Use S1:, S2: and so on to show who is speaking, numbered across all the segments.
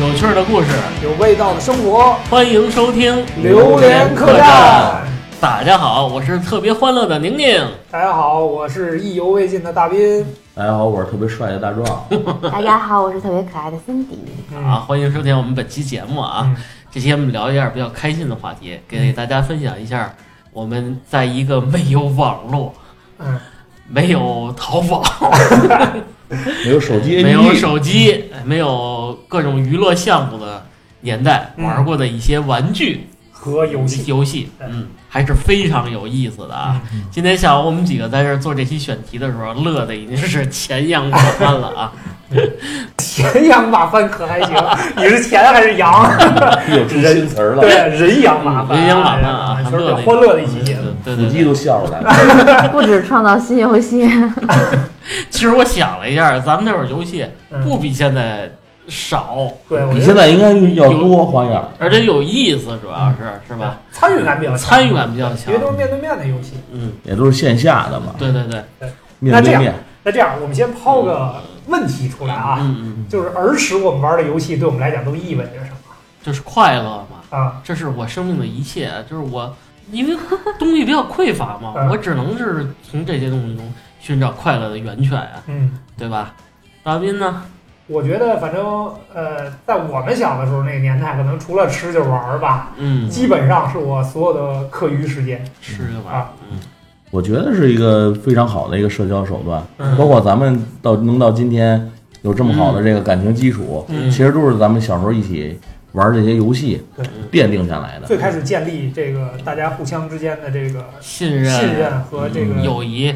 S1: 有趣儿的故事，
S2: 有味道的生活，
S1: 欢迎收听。
S2: 榴莲客栈。
S1: 大家好，我是特别欢乐的宁宁。
S2: 大家好，我是意犹未尽的大斌。
S3: 大家好，我是特别帅的大壮。
S4: 大家好，我是特别可爱的辛迪。
S1: 啊，欢迎收听我们本期节目啊！这期我们聊一点比较开心的话题，给大家分享一下我们在一个没有网络、
S2: 嗯，
S1: 没有淘宝、
S3: 没有手机 APP，
S1: 没有手机、没有各种娱乐项目的年代，
S2: 嗯
S1: 玩过的一些玩具、
S2: 和游戏
S1: 游戏，嗯，还是非常有意思的啊！
S2: 嗯
S1: 今天下午我们几个在这儿做这期选题的时候，乐的已经是前仰马翻了啊！
S2: 前仰马翻可还 行？你是前还是羊？
S3: 有出新词儿了
S2: 对，，人仰马翻，哎
S1: 人仰马翻啊，
S2: 就是
S1: 乐的
S2: 欢乐的一期嗯节目。
S1: 对
S3: 母
S1: 对
S3: 鸡
S1: 对。
S3: 都笑出 来了。
S4: 不止创造新游戏，
S1: 其实我想了一下，咱们那会儿游戏不
S2: 嗯，
S1: 比现在少，
S2: 对，我
S3: 比
S2: 觉
S3: 现
S2: 得
S3: 在应该要多花样。
S1: 而且有意思，主要是是吧？
S2: 参与感比较强，
S1: 参与感比较
S2: 嗯因
S1: 强
S2: 为。都是面对面的游戏。
S1: 嗯，
S3: 也都是线下的嘛，
S1: 对对对，
S3: 面对
S2: 那这
S3: 面。
S2: 那这样，我们先抛个问题出来啊，
S1: 嗯嗯，
S2: 就是儿时我们玩的游戏对我们来讲都意味着什么
S1: 就是快乐嘛，
S2: 啊？
S1: 这是我生命的一切，就是我因为东西比较匮乏嘛
S2: 嗯，
S1: 我只能是从这些东西中寻找快乐的源泉啊，
S2: 嗯。
S1: 对吧？大斌呢？
S2: 我觉得反正呃，在我们小的时候那个年代，可能除了吃就是玩儿吧，
S1: 嗯，
S2: 基本上是我所有的课余时间。
S1: 吃就玩儿
S2: 啊，
S1: 嗯，
S3: 我觉得是一个非常好的一个社交手段，
S2: 嗯
S3: 包括咱们到能到今天有这么好的这个感情基础，
S1: 嗯
S3: 其实都是咱们小时候一起玩这些游戏
S2: 对
S3: 奠定下来的。
S2: 最开始建立这个大家互相之间的这个
S1: 信任、
S2: 信任和这个
S1: 友谊，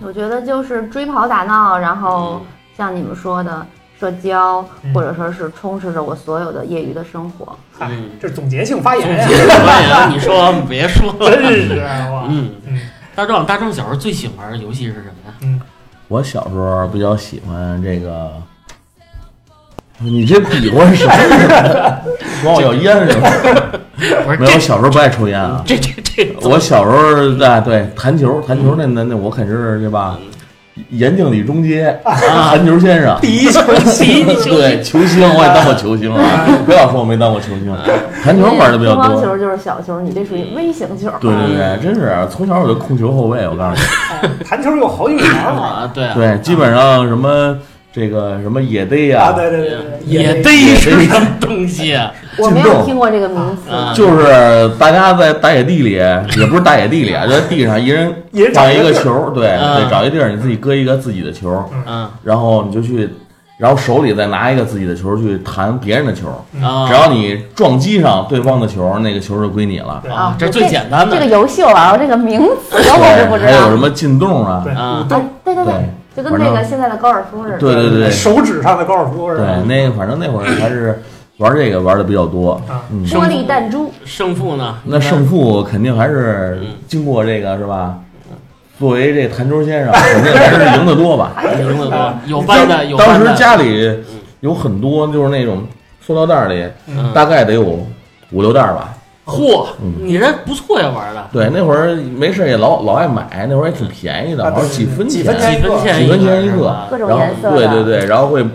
S4: 我觉得就是追跑打闹，然
S3: 嗯
S4: 后像你们说的社交，
S2: 嗯
S4: 或者说是充斥着我所有的业余的生活。
S2: 嗨
S1: 嗯，
S2: 这是总结性发
S1: 总
S2: 言
S1: 结
S2: 呀，
S1: 发言，你说你别说了，
S2: 真是哇，
S1: 嗯，
S2: 嗯
S1: 大壮，大壮小时候最喜欢的游戏是什么呀？
S3: 我小时候比较喜欢这个，你这比划是什 么？管我要烟是吧？
S1: 不是
S3: 没有，我小时候不爱抽烟啊。
S1: 这这这这，
S3: 我小时候在对弹球，弹球那那那我肯定是对吧？盐碘里中街
S1: 啊
S3: 弹球先生，
S2: 第一球
S1: 第一球星
S3: 对球星，我也当过球星啊！不要说我没当过球星，
S2: 啊
S3: 弹球哎玩的比较
S4: 乒乓
S3: 多。
S4: 球就是小球，你这属于微型球。
S3: 对对对，真是从小我就控球后卫，我告诉你，
S2: 弹球有好几个玩法
S1: 啊，对啊，
S3: 对，基本上什么这个什么野队
S2: 啊，
S3: 呀，
S2: 对对对对，
S1: 也
S2: 对，
S1: 逮是什么东西啊？
S4: 我没
S3: 进
S4: 有
S3: 洞
S4: 听过这个名词。
S1: 啊
S3: 就是大家在大野地里，也不是大野地里啊，就在地上一人
S2: 一人找
S3: 放一
S2: 个
S3: 个
S2: 地儿啊
S3: 球，对
S1: 嗯
S3: 对，找一地儿你自己搁一个自己的球，
S1: 嗯
S3: 然后你就去，然后手里再拿一个自己的球去弹别人的球，
S1: 啊，
S3: 只要你撞击上对方的球，那个球就归你了。
S1: 啊
S4: 啊，
S1: 这最简单
S4: 这个
S1: 的，
S4: 游戏我玩过，这个名词我是不知
S3: 还有什
S4: 道。
S3: 么进洞啊？
S2: 对
S1: 啊
S2: 舞
S4: 啊
S2: 动，，
S4: 对对对
S3: 对，
S4: 就跟那
S3: 反
S4: 个
S3: 正
S4: 现在的高尔夫似的。
S3: 对对对
S2: 手指上的高尔夫是吧
S3: 对，？那个反正那会儿还是玩这个玩的比较多。
S2: 啊，
S3: 嗯，
S4: 玻璃弹珠，
S1: 胜负呢？
S3: 那胜负肯定还是经过这个是吧？作为这弹球 先生，肯定还是赢得多吧。
S1: 赢得多，有班的有
S3: 当
S1: 班
S3: 时
S1: 的，
S3: 家里有很多就是那种塑料袋里，
S1: 嗯
S3: 大概得有五六袋吧。
S1: 嚯
S3: 嗯，
S1: 你这不错呀，玩的，
S3: 对，那会儿没事也老老爱买，那会儿也挺便宜的，
S2: 啊
S3: 好像
S2: 对
S3: 几
S2: 对
S3: 分
S2: 几
S3: 钱，
S2: 分钱
S1: 几分钱
S3: 几分
S1: 钱
S3: 钱一个
S1: 个
S4: 各
S1: 是吧，
S4: 种
S3: 然后
S4: 颜色的。
S3: 对对对，然后会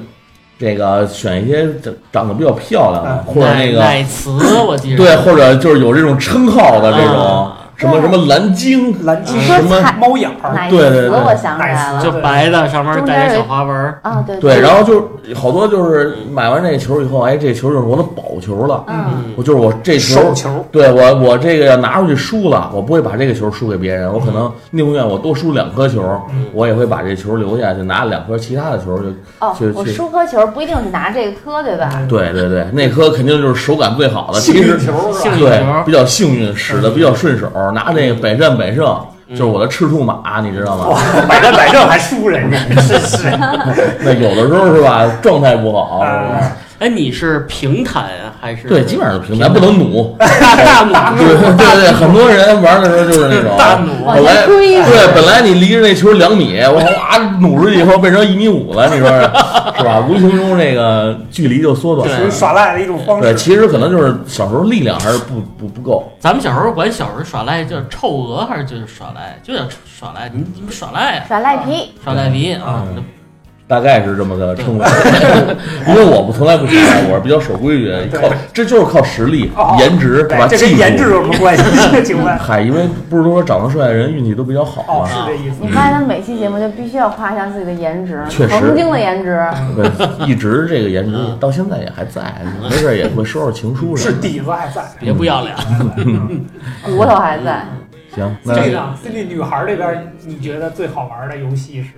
S3: 这个选一些长长得比较漂亮的，
S2: 啊
S3: 或者那个
S1: 奶词，我记着，
S3: 对，或者就是有这种称号的这种
S1: 啊
S3: 什么什么蓝鲸，
S2: 蓝鲸
S4: 你
S3: 什么
S4: 说彩
S2: 猫眼儿，
S4: 奶
S3: 对对
S4: 词，
S3: 对
S4: 我想起来
S2: 奶
S4: 了
S2: 丝。
S1: 就白的，上面带着小花纹儿，
S4: 啊，对
S3: 对，然后就是好多就是买完这球以后，哎，这球就是我的宝球了，
S4: 嗯。
S1: 嗯
S3: 我就是我这球
S2: 手。球，
S3: 对我，我这个要拿出去输了，我不会把这个球输给别人，我可能宁愿我多输两颗球，
S2: 嗯
S3: 我也会把这球留下，去拿两颗其他的球就
S4: 哦
S3: 去，
S4: 我
S3: 去
S4: 输颗球不一定是拿这个颗，对吧？
S3: 对对对，那颗肯定就是手感最好的，
S2: 幸
S3: 其
S2: 运
S3: 实
S2: 球是
S1: 幸
S2: 吧？
S1: 运球
S3: 对比较幸运，使得比较顺手，拿那个百战百胜，
S1: 嗯
S3: 就是我的赤兔马，你知道吗？
S2: 哇，摆正摆正还输人家，真是。
S3: 那有的时候是 吧，状态不好，
S2: 啊
S1: 哎，你是平坦啊还是？
S3: 对，基本上是平，咱不能努，
S1: 大大
S3: 对对对，很多人玩的时候就是那种
S1: 大啊努
S4: 往
S3: 本来
S4: 前推一
S3: 对，本来你离着那球两米，我哇努出去以后变成一米五了，你 说是是吧？无形中这个距离就缩短
S1: 对
S2: 属于
S3: 了。
S2: 耍赖的一种方
S3: 对，
S2: 式。
S3: 其实可能就是小时候力量还是不不不够，
S1: 咱们小时候管小时候耍赖叫臭鹅还是就是耍赖，就叫耍赖，你你们耍赖啊，
S4: 耍赖皮，
S1: 耍赖皮啊
S3: 嗯，大概是这么个称法，因为我不从来不耍赖，我是比较守规矩，
S2: 对
S3: 靠这就是靠实力、
S2: 哦
S3: 颜值，对吧？
S2: 对，这跟
S3: 技术
S2: 颜值有什么关系？ 请问，
S3: 嗨，因为不是都说长得帅的人运气都比较好
S2: 哦，
S3: 吗？
S2: 是这意思
S4: 你。发现他每期节目就必须要夸一下自己的颜值，
S3: 确实
S4: 曾经的颜值，
S3: 对，一直这个颜值
S1: 嗯
S3: 到现在也还在，没事儿也会收收情书什
S2: 是
S3: 么的。
S2: 底子还在，
S1: 别不
S3: 嗯
S1: 要脸。
S4: 骨头还在，
S3: 行， 那
S2: 这个这女孩这边，你觉得最好玩的游戏是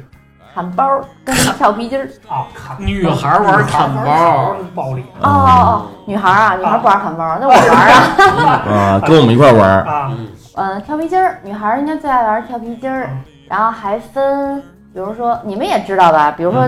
S4: 砍包跟跳皮筋儿。
S2: 啊？砍
S1: 女孩玩砍
S2: 砍
S1: 包，
S2: 暴力
S4: 哦哦哦，
S3: 嗯
S4: 女孩儿啊，女孩儿不玩砍包，那我玩啊。
S3: 啊，跟我们一块儿玩儿，
S2: 啊，
S4: 嗯，跳皮筋儿，女孩儿应该最爱玩跳皮筋儿，然后还分，比如说你们也知道吧，比如说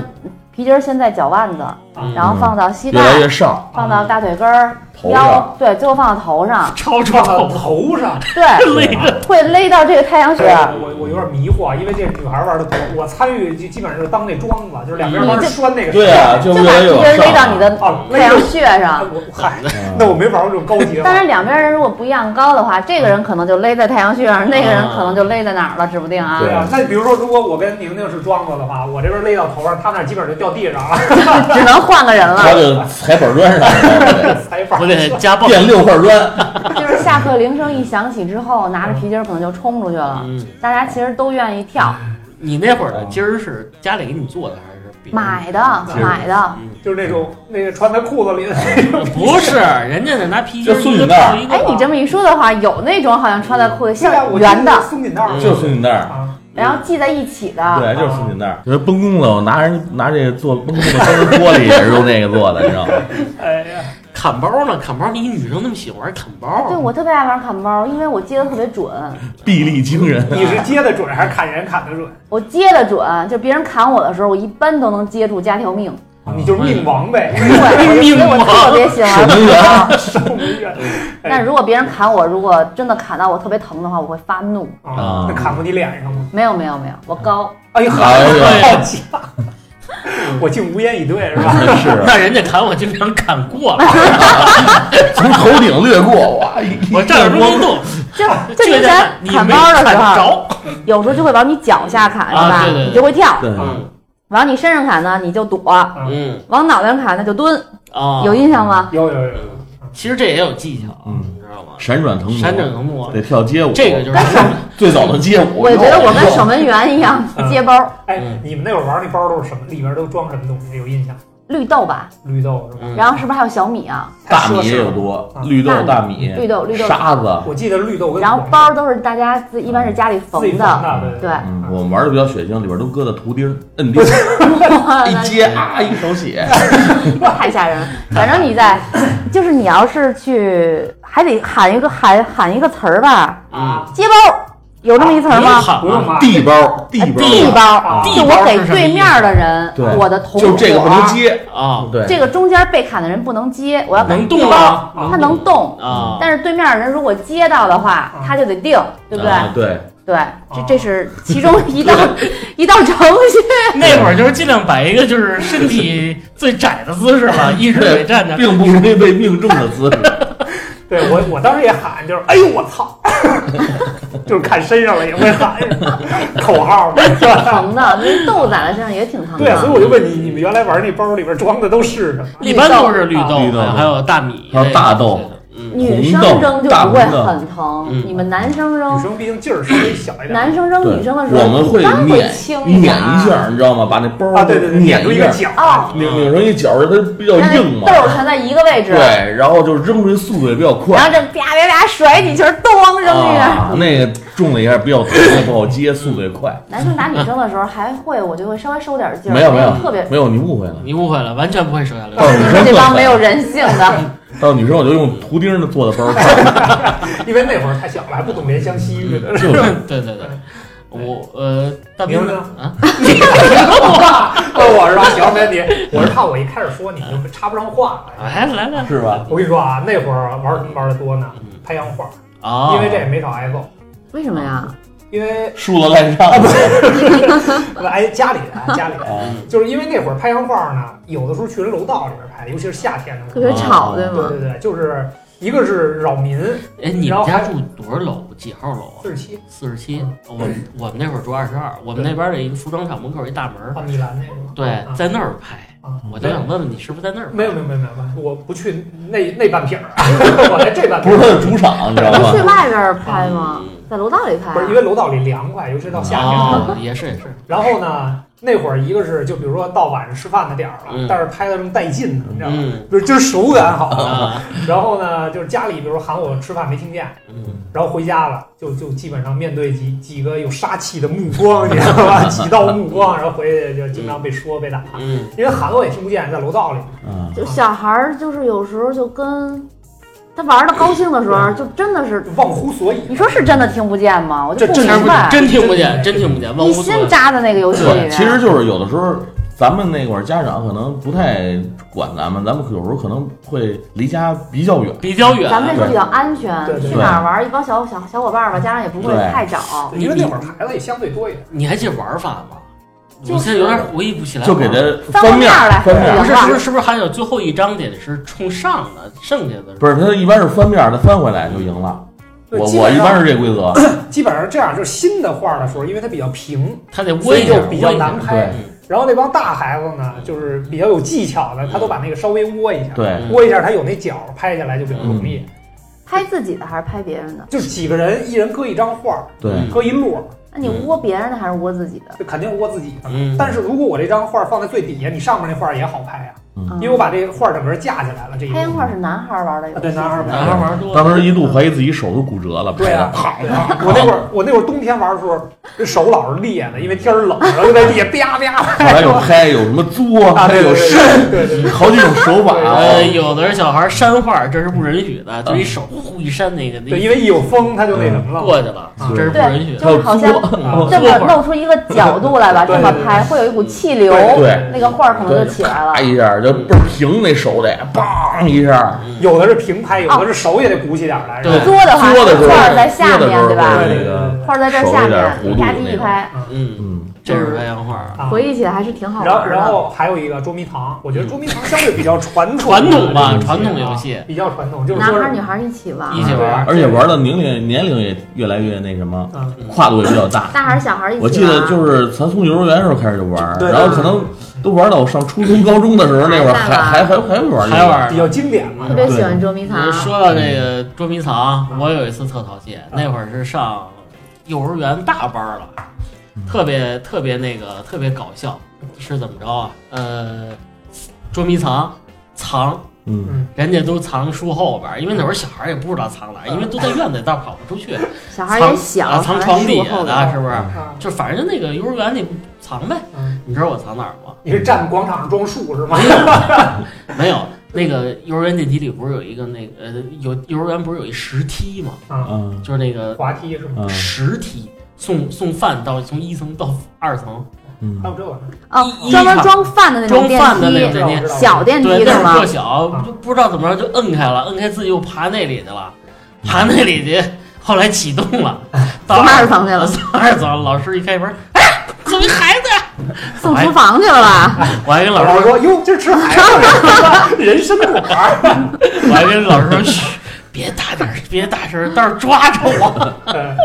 S4: 皮筋儿先在脚腕子，
S2: 嗯
S4: 然后放到膝
S3: 嗯越来
S4: 盖，
S3: 越上，
S4: 放到大腿根儿、
S3: 头上啊
S4: 腰，对，最后放到 头上，
S1: 超出
S2: 撞到头上。
S4: 对，
S3: 对
S4: 会勒到这个太阳穴。
S3: 啊
S2: 我我有点迷惑，啊因为这女孩玩的多，我参与就基本上就是当那桩子，就是两
S1: 嗯
S2: 边玩拴那个。
S3: 对啊，，就
S4: 就
S3: 越
S4: 把
S3: 来
S4: 皮
S3: 越往
S4: 筋儿勒到
S3: 上
S4: 你。的
S2: 哦，
S4: 太阳穴上。
S2: 我嗨，
S3: 啊
S2: 那我没玩过这种高级的。
S4: 但是两边人如果不一样高的话，这个人可能就勒在太阳穴上，那个人可能就勒在哪儿了，指不定啊
S2: 对。啊，那比如说，如果我跟宁宁是桩子的话，我这边勒到头上，他那基本上就掉地上啊，
S4: 只能换个人
S3: 他
S4: 了，
S3: 就踩板砖上 了，
S2: 采访
S1: 我得加暴。
S3: 垫六块砖，
S4: 就是下课铃声一响起之后，拿着皮筋儿可能就冲出去了。
S1: 嗯，
S4: 大家其实都愿意跳，
S1: 你那会儿的筋儿是家里给你做的还是别人
S4: 买的
S3: 其实
S4: 买的。
S1: 嗯
S2: 就是那种那个穿在裤子里的那 种。
S1: 不是，人家得拿皮筋儿
S3: 就松
S1: 一个
S3: 紧带儿
S1: 套一个
S4: 哎，你这么一说的话，有那种好像穿在裤子像圆的，
S2: 松紧带儿
S3: 嗯就是松紧带儿。
S2: 啊，
S4: 然后系在一起的，
S3: 对，就是松紧带儿。就是崩弓的，我拿人拿这个做崩弓的崩玻璃也是用那个做的，你知道吗？
S2: 哎呀，
S1: 砍包呢？砍包，你女生那么喜欢玩砍包？
S4: 对我特别爱玩砍包，因为我接的特别准，
S3: 臂力惊人。
S2: 你是接的准还是砍人砍的准？
S4: 我接的准，就别人砍我的时候，我一般都能接住加条命。
S3: 啊
S2: 你就是命王呗，
S3: 嗯
S4: 对， 所以我特别喜欢玩 砍包。
S2: 守门员。
S4: 但如果别人砍我，如果真的砍到我特别疼的话，我会发怒。
S2: 啊，那砍过你脸上吗？
S4: 没有没有没有，我高，
S2: 哎呀，
S3: 哎呀嗯
S2: 好家伙，我竟无言以对，是 吧？
S3: 啊是
S1: 那人家砍我经常砍过了，
S3: 从头顶掠过，哇！一
S1: 我站着都没动。
S4: 就 就
S1: 这
S4: 之
S1: 个
S4: 前
S1: 你
S4: 砍
S1: 没
S4: 包的时
S1: 砍
S4: 候，
S1: 着，
S4: 有时候就会往你脚下砍，是
S1: 啊
S4: 吧
S1: 对对？对
S4: 你就会跳。
S3: 对，啊
S1: 嗯
S4: 往你身上砍呢，你就躲；
S1: 嗯
S4: 往脑袋上砍呢，就蹲。
S1: 啊，
S4: 有印象吗？
S2: 有有有有，
S1: 其实这也有技巧，
S3: 嗯
S1: 你知道吗？
S3: 闪转腾挪，
S1: 闪展腾挪，
S3: 得跳街舞，
S1: 这个啊就是
S3: 最早的街舞。
S4: 我觉得我跟守门员一样
S2: 嗯
S4: 接包，
S2: 哎
S1: 嗯，
S2: 你们那会儿玩那包都是什么？里边都装什么东西？有印象？
S4: 绿豆吧，
S2: 绿豆是吧？
S1: 嗯
S4: 然后是不是还有小米啊？
S3: 大米也有多，绿豆、大米、
S4: 绿豆绿豆，
S3: 沙子。
S2: 我记得绿豆跟
S4: 然后包都是大家自一般是家里
S2: 自己
S4: 缝
S2: 放
S4: 的，
S2: 大的，
S4: 对，
S3: 嗯，我们玩的比较血腥，里边都搁的图钉、摁 钉，一接啊，一手血。
S4: 太吓人了。反正你在， 就是你要是去，还得喊一个喊喊一个词儿吧，
S1: 嗯，
S4: 接包有这么一词儿吗？
S1: 不
S2: 不用骂，
S3: 地包，地包，
S4: 啊地包，
S1: 地
S4: 就
S1: 包
S4: 我给
S1: 是什么
S4: 对
S1: 意思
S4: 面的人
S3: 对，
S4: 我的同伙，
S3: 就这个不能接。
S1: 啊，
S3: 对，
S4: 这个中间被砍的人不能接，我要给
S1: 能
S4: 地
S1: 动
S4: 包，
S1: 啊，
S4: 他能动，
S1: 啊，
S4: 但是对面的人如果接到的话
S2: 啊，
S4: 他就得定，对不对？
S3: 嗯啊对，
S4: 对，这这是 其中一道一道程序。
S1: 那会儿就是尽量摆一个就是身 体最窄的姿势了，一直得站着。
S3: 并不容易被命中的姿势。
S2: 对我我当时也喊，就是哎呦我操， 就是看身上了也会喊口号，是吧？
S4: 疼的，那豆在了身上也挺疼
S2: 对，啊
S3: 啊
S2: 所以
S4: 的。
S2: 我就问你，你们原来玩那包里边装的都是什么？
S1: 一般都是绿豆，啊
S3: 绿豆
S1: 还有大米，
S3: 还有大豆，
S1: 嗯，
S4: 女生
S3: 红豆
S4: 扔就
S3: 大
S4: 不会
S3: 红豆
S4: 很疼
S1: 嗯，
S4: 你们男生
S2: 女
S4: 扔，
S2: 生毕竟劲儿稍微小一点，
S4: 男生扔
S3: 对，
S4: 女生的时候，
S3: 我们会
S4: 一般
S3: 碾
S4: 轻
S3: 碾
S4: 点
S3: 一下，你知道吗？把那包
S2: 啊，对对对，
S3: 碾
S2: 出一
S3: 下
S2: 个，啊角，
S4: 哦，
S3: 拧拧成一角儿，它比较
S4: 让那
S3: 硬嘛。
S4: 豆全在一个位置，
S3: 对，然后就扔出去速度也比较
S4: 然后
S3: 快。
S4: 这啪啪啪甩几球，咚扔进去。
S3: 啊，那个中了一下比较疼，不好接，速度也快。
S4: 男生打女生的时候还会，我就会稍微收点劲儿，
S3: 没有没有
S4: 特别
S3: 没有，你误会了。
S1: 你误会了，完全不会手下留
S3: 到
S1: 情。
S3: 女
S4: 你
S3: 生
S4: 们这
S3: 更
S4: 帮没有
S3: 狠，
S4: 人性的，
S3: 到女生我就用图钉的做的包，
S2: 因为那会儿太小了，还不懂怜香惜 玉。
S3: 就是
S1: 嗯对对对，我呃，大兵
S2: 明白
S1: 啊，
S2: 哦我是吧？行，没问题。我是怕我一开始说你
S1: 嗯
S2: 们就插不上话来。
S1: 啊来来来
S3: 是吧？
S2: 我跟你说啊，那会儿玩什么玩的多呢？拍洋画，
S1: 嗯啊，
S2: 因为这也没少挨揍，
S4: 为什么呀？
S2: 因为
S3: 输了赖
S2: 啊
S3: 账。
S2: 挨哎家里的，家里的。
S3: 啊
S2: 就是因为那会儿拍洋画呢，有的时候去人楼道里边拍，尤其是夏天的时
S4: 特
S2: 候。
S4: 别吵，对
S2: 对
S4: 吗？
S2: 对对，就是一个是扰民，
S1: 哎，你们
S2: 然后
S1: 家
S2: 还
S1: 住多少楼？几号楼啊
S2: 四？十七
S1: 四十七
S2: 嗯。
S1: 我们我们那会儿住二十二，我们那边的一个服装厂门口一大门儿，
S2: 啊，米兰那个吗
S1: 对
S2: 啊，
S1: 在那儿拍。
S2: 啊，
S1: 我就想问问你是不是在那儿拍？
S2: 没有没有没有没有，我不去那那半撇儿， 我来这半
S3: 不
S2: 撇
S3: 是
S2: 儿
S3: 他， 的主场，你知道
S4: 不去
S3: 吗？
S4: 外边儿拍吗
S1: 嗯？
S4: 在楼道里拍啊？
S2: 不是因为楼道里凉快，尤其是到夏天。
S1: 哦，也是也是，
S2: 然后呢，那会儿一个是就比如说到晚上吃饭的点儿了，
S1: 嗯
S2: 但是拍的这么带劲呢，你知道吗？
S1: 嗯
S2: 就是今儿食物感好，
S1: 啊，
S2: 然后呢，就是家里比如喊我吃饭没听见，
S1: 嗯，
S2: 然后回家了，就就基本上面对几几个有杀气的目光，你知道 吧？几道目光，然后回去就经常被说被打，
S1: 嗯，
S2: 因为喊我也听不见，在楼道里。
S3: 嗯，
S4: 就小孩儿，就是有时候就跟他玩的高兴的时候，就真的是，
S2: 就忘乎所以。
S4: 你说是真的听不见吗？我就
S2: 这
S4: 不
S2: 真
S1: 真
S4: 明
S1: 不
S4: 白，
S1: 真听不见，真听不见，忘
S4: 一
S1: 乎所
S4: 心
S1: 以。
S4: 扎在那个游戏里
S3: 对，
S4: 面。
S3: 其实就是有的时候咱们那会儿家长可能不太管咱们，咱们有时候可能会离家比较远。
S1: 比较远，
S4: 咱们那时候比较安全
S2: 对对，对
S4: 去哪儿玩儿，一帮小小小伙伴儿吧，家长也不会
S3: 对
S4: 太找。
S2: 因为那会儿孩子也相对多一点，
S1: 你还记得玩法吗？
S4: 就是
S1: 我现在有点回忆不起来了。
S3: 就给他
S4: 翻
S3: 面
S4: 面儿来
S3: 翻面
S1: 不
S3: 儿，
S1: 是是不是是不是还有最后一张得是冲上的，剩下的
S3: 不是他一般是翻面儿，他翻回来就赢了。
S2: 对
S3: 我
S2: 基
S3: 我
S2: 本
S3: 一
S2: 上
S3: 般是这规则，
S2: 基本上这样，就是新的画的时候，因为它比较平，
S1: 他得
S2: 所
S1: 问
S2: 以
S1: 一下嗯
S2: 就，比较难
S3: 对
S2: 拍。然后那帮大孩子呢，就是比较有技巧的，他都把那个稍微窝一下，
S3: 对，嗯
S2: 窝一下，他有那角拍下来就比较容易。
S4: 拍自己的还是拍别人的？
S2: 就几个人，一人搁一张画，
S3: 对，
S1: 嗯
S2: 搁一摞，
S4: 那你窝别人的还是窝自己的？
S2: 就肯定窝自己的。
S1: 嗯，
S2: 但是如果我这张画放在最底下，你上面那画也好拍呀，
S4: 嗯
S2: 因为我把这个画整个架起来了。这一摞
S4: 拍烟花是男孩儿玩的游戏，
S2: 啊对男孩儿玩
S1: 男孩玩多了，
S3: 当时一度怀疑自己手都骨折了，
S2: 对啊，
S3: 啪
S2: 对啊我那会儿我那会儿冬天玩的时候，这手老是裂的，因为天儿冷，然后就在地下啪啪
S3: 后来有拍，有什么作，
S2: 啊，
S3: 还
S2: 对
S3: 有
S2: 对
S3: 扇，
S2: 对对对对，
S3: 好几种手法。
S1: 呃，有的人小孩扇画，这是不允许
S3: 啊
S1: 的，就一手呼一扇那个，那
S2: 对，因为一有风它就那什么了。
S1: 过去了，这是不允许
S4: 对，
S1: 的。
S4: 就是好像
S1: 嗯坐
S4: 这么
S1: 会儿
S4: 露出一个角度来吧，
S2: 对
S4: 这
S2: 对
S4: 么拍会有一股气流，
S3: 对哎
S4: 那个画儿可能就起来了
S3: 啪。一下就倍儿平，那手得梆一下，
S2: 有的是平拍，有的是
S4: 哦
S2: 手也得鼓起点儿来。
S1: 对
S2: 是吧
S4: 作的话，
S3: 作的时候，
S4: 画儿在下
S3: 作的时
S4: 面
S3: 候
S4: 对吧？
S3: 那个，
S4: 画儿在这儿
S3: 手有
S4: 下
S3: 点弧
S4: 面，
S3: 度
S4: 啪叽一拍，
S1: 嗯，
S3: 嗯，
S1: 这是拍洋画，
S2: 啊
S4: 回忆起来还是挺好玩
S2: 然
S4: 啊
S2: 后
S4: 的。
S2: 然后还有一个捉迷藏，我觉得捉迷藏相对比较传统
S1: 传统吧，
S2: 的
S1: 传统游戏
S2: 啊，比较传统，就是
S4: 男
S2: 说
S4: 孩
S2: 是
S4: 儿女孩儿一起玩儿，
S1: 一起玩
S3: 而且玩的年龄年龄也越来越那什么，
S2: 嗯
S3: 跨度也比较大。
S4: 大孩儿小孩儿一起玩儿。
S3: 我记得就是咱从幼儿园的时候开始就玩，
S2: 对对
S3: 然后可能都玩到我上初中、高中的时候，那会儿还还还还会玩，
S1: 还玩儿
S2: 比较经典嘛
S4: 特。别喜欢捉迷藏。
S1: 你说到这个捉迷藏，我有一次特淘气，那会儿是上幼儿园大班了，
S3: 嗯
S1: 特别特别那个特别搞笑，是怎么着啊？呃，捉迷藏藏，
S3: 嗯，
S1: 人家都藏树后边儿，因为那会儿小孩儿也不知道藏哪儿，因为都在院子里道跑不出去，
S4: 小孩儿也
S1: 啊
S4: 小，
S1: 藏
S4: 藏
S1: 床
S4: 在树
S1: 底下
S4: 后边儿
S1: 的，是不是？
S3: 嗯
S2: 啊
S1: 就反正那个幼儿园里藏呗。
S2: 嗯
S1: 你知道我藏哪儿吗？
S2: 你是站广场上装树是吗？
S1: 没有，那个幼儿园电梯里不是有一个那个呃，有幼儿园不是有一石梯吗？
S2: 啊，
S3: 嗯
S1: 就是那个
S2: 滑梯是吗？
S3: 嗯
S1: 十梯送送饭到从一层到二层，
S2: 还有
S3: 嗯，
S2: 这个呢，
S4: 哦
S1: 一，
S4: 专门装饭的那种
S1: 装
S4: 电
S1: 饭的那
S4: 梯
S1: 种，电梯，
S4: 小电
S1: 对，
S4: 梯
S1: 那会
S4: 是
S1: 儿
S4: 吗啊
S1: 特？小，就不知道怎么着就摁开了，摁开自己又爬那里去了，爬那里去，后来启动 了，到
S4: 送二层去了，
S1: 到二层，老师一开门，哎，怎么一孩子呀？
S4: 送厨房去了吧？
S1: 我还跟老
S2: 老
S1: 师
S2: 师
S1: 说，
S2: 说：“哟，今儿吃孩子了，人参果儿。
S1: 我还跟老师说，嘘，别大点儿，别大声儿，到时候抓着我。
S2: 嗯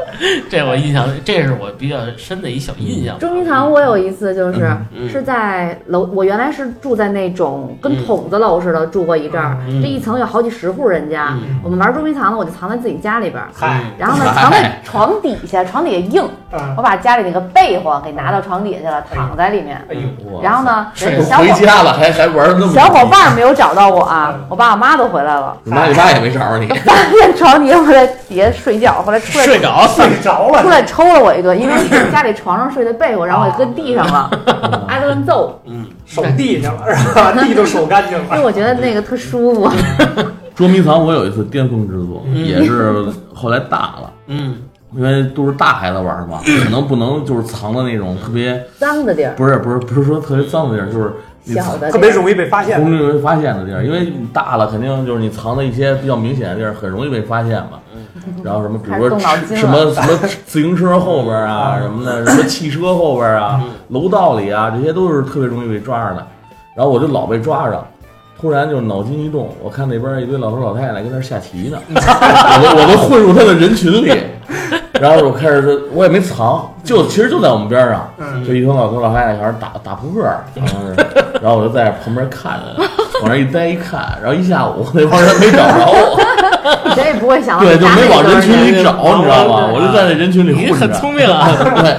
S1: 这我印象，这是我比较深的一小印象。
S4: 捉迷藏，我有一次就是
S1: 嗯
S4: 是在楼，我原来是住在那种
S1: 嗯
S4: 跟筒子楼似的，住过一阵儿，
S1: 嗯
S4: 这一层有好几十户人家
S1: 嗯。
S4: 我们玩捉迷藏呢，我就藏在自己家里边儿，
S2: 嗨，
S4: 然后呢藏在床底下，床底下硬，
S2: 嗯，
S4: 我把家里那个被窝给拿到床底下去了，躺在里面。
S2: 哎呦，
S3: 嗯
S4: 然后呢，
S1: 是
S4: 人小
S3: 回
S4: 伙
S3: 家了还还玩那么
S4: 小伙伴儿没有找到我啊，
S1: 嗯
S4: 我爸我妈都回来了，
S3: 你妈你爸也没找着你，
S4: 发现床底下我在底下睡觉，后来出来
S1: 嗯睡着了，
S2: 睡着
S4: 出
S2: 了，
S4: 来抽了我一顿，因为家里床上睡的被窝，然后我给搁地 上
S1: 哦
S4: 了，挨顿揍，
S1: 嗯，
S2: 手地去了是吧？地都手干净
S4: 因 为
S2: 了。
S4: 我觉得那个特舒服。
S3: 捉迷藏我有一次巅峰之作，
S1: 嗯
S3: 也是后来大了。
S1: 嗯
S3: 因为都是大孩子玩儿嘛，可能不能就是藏到那种特别
S4: 脏的地儿，
S3: 不是不是不是说特别脏的地儿，就是你
S4: 小的
S2: 特
S4: 地
S2: 别
S4: 儿，
S2: 容易被发现
S3: 嗯容易被发现的地儿，因为你大了肯定就是你藏的一些比较明显的地儿，很容易被发现嘛。然后什么，比如说
S4: 开始动脑筋了
S3: 什么什么自行车后边 啊，什么的，什么汽车后边啊，楼道里啊，这些都是特别容易被抓着的。然后我就老被抓着，突然就脑筋一动，我看那边一堆老头老太太跟那儿下棋呢，我都我都混入他的人群里，然后我开始说，我也没藏，就其实就在我们边上，
S2: 嗯
S3: 就一群老头老太太在那儿打打扑克，好像是，然后我就在旁边看着，往那儿一待一看，然后一下午那帮人没找着我，
S4: 谁也不会想到
S3: 对，
S4: 你
S3: 就
S4: 家
S3: 没往
S4: 那
S3: 人
S4: 个
S3: 群里找，你知道吗？
S1: 对
S3: 我就在那人群里
S1: 你
S3: 混
S1: 很
S3: 着，
S1: 聪明啊，
S3: 对，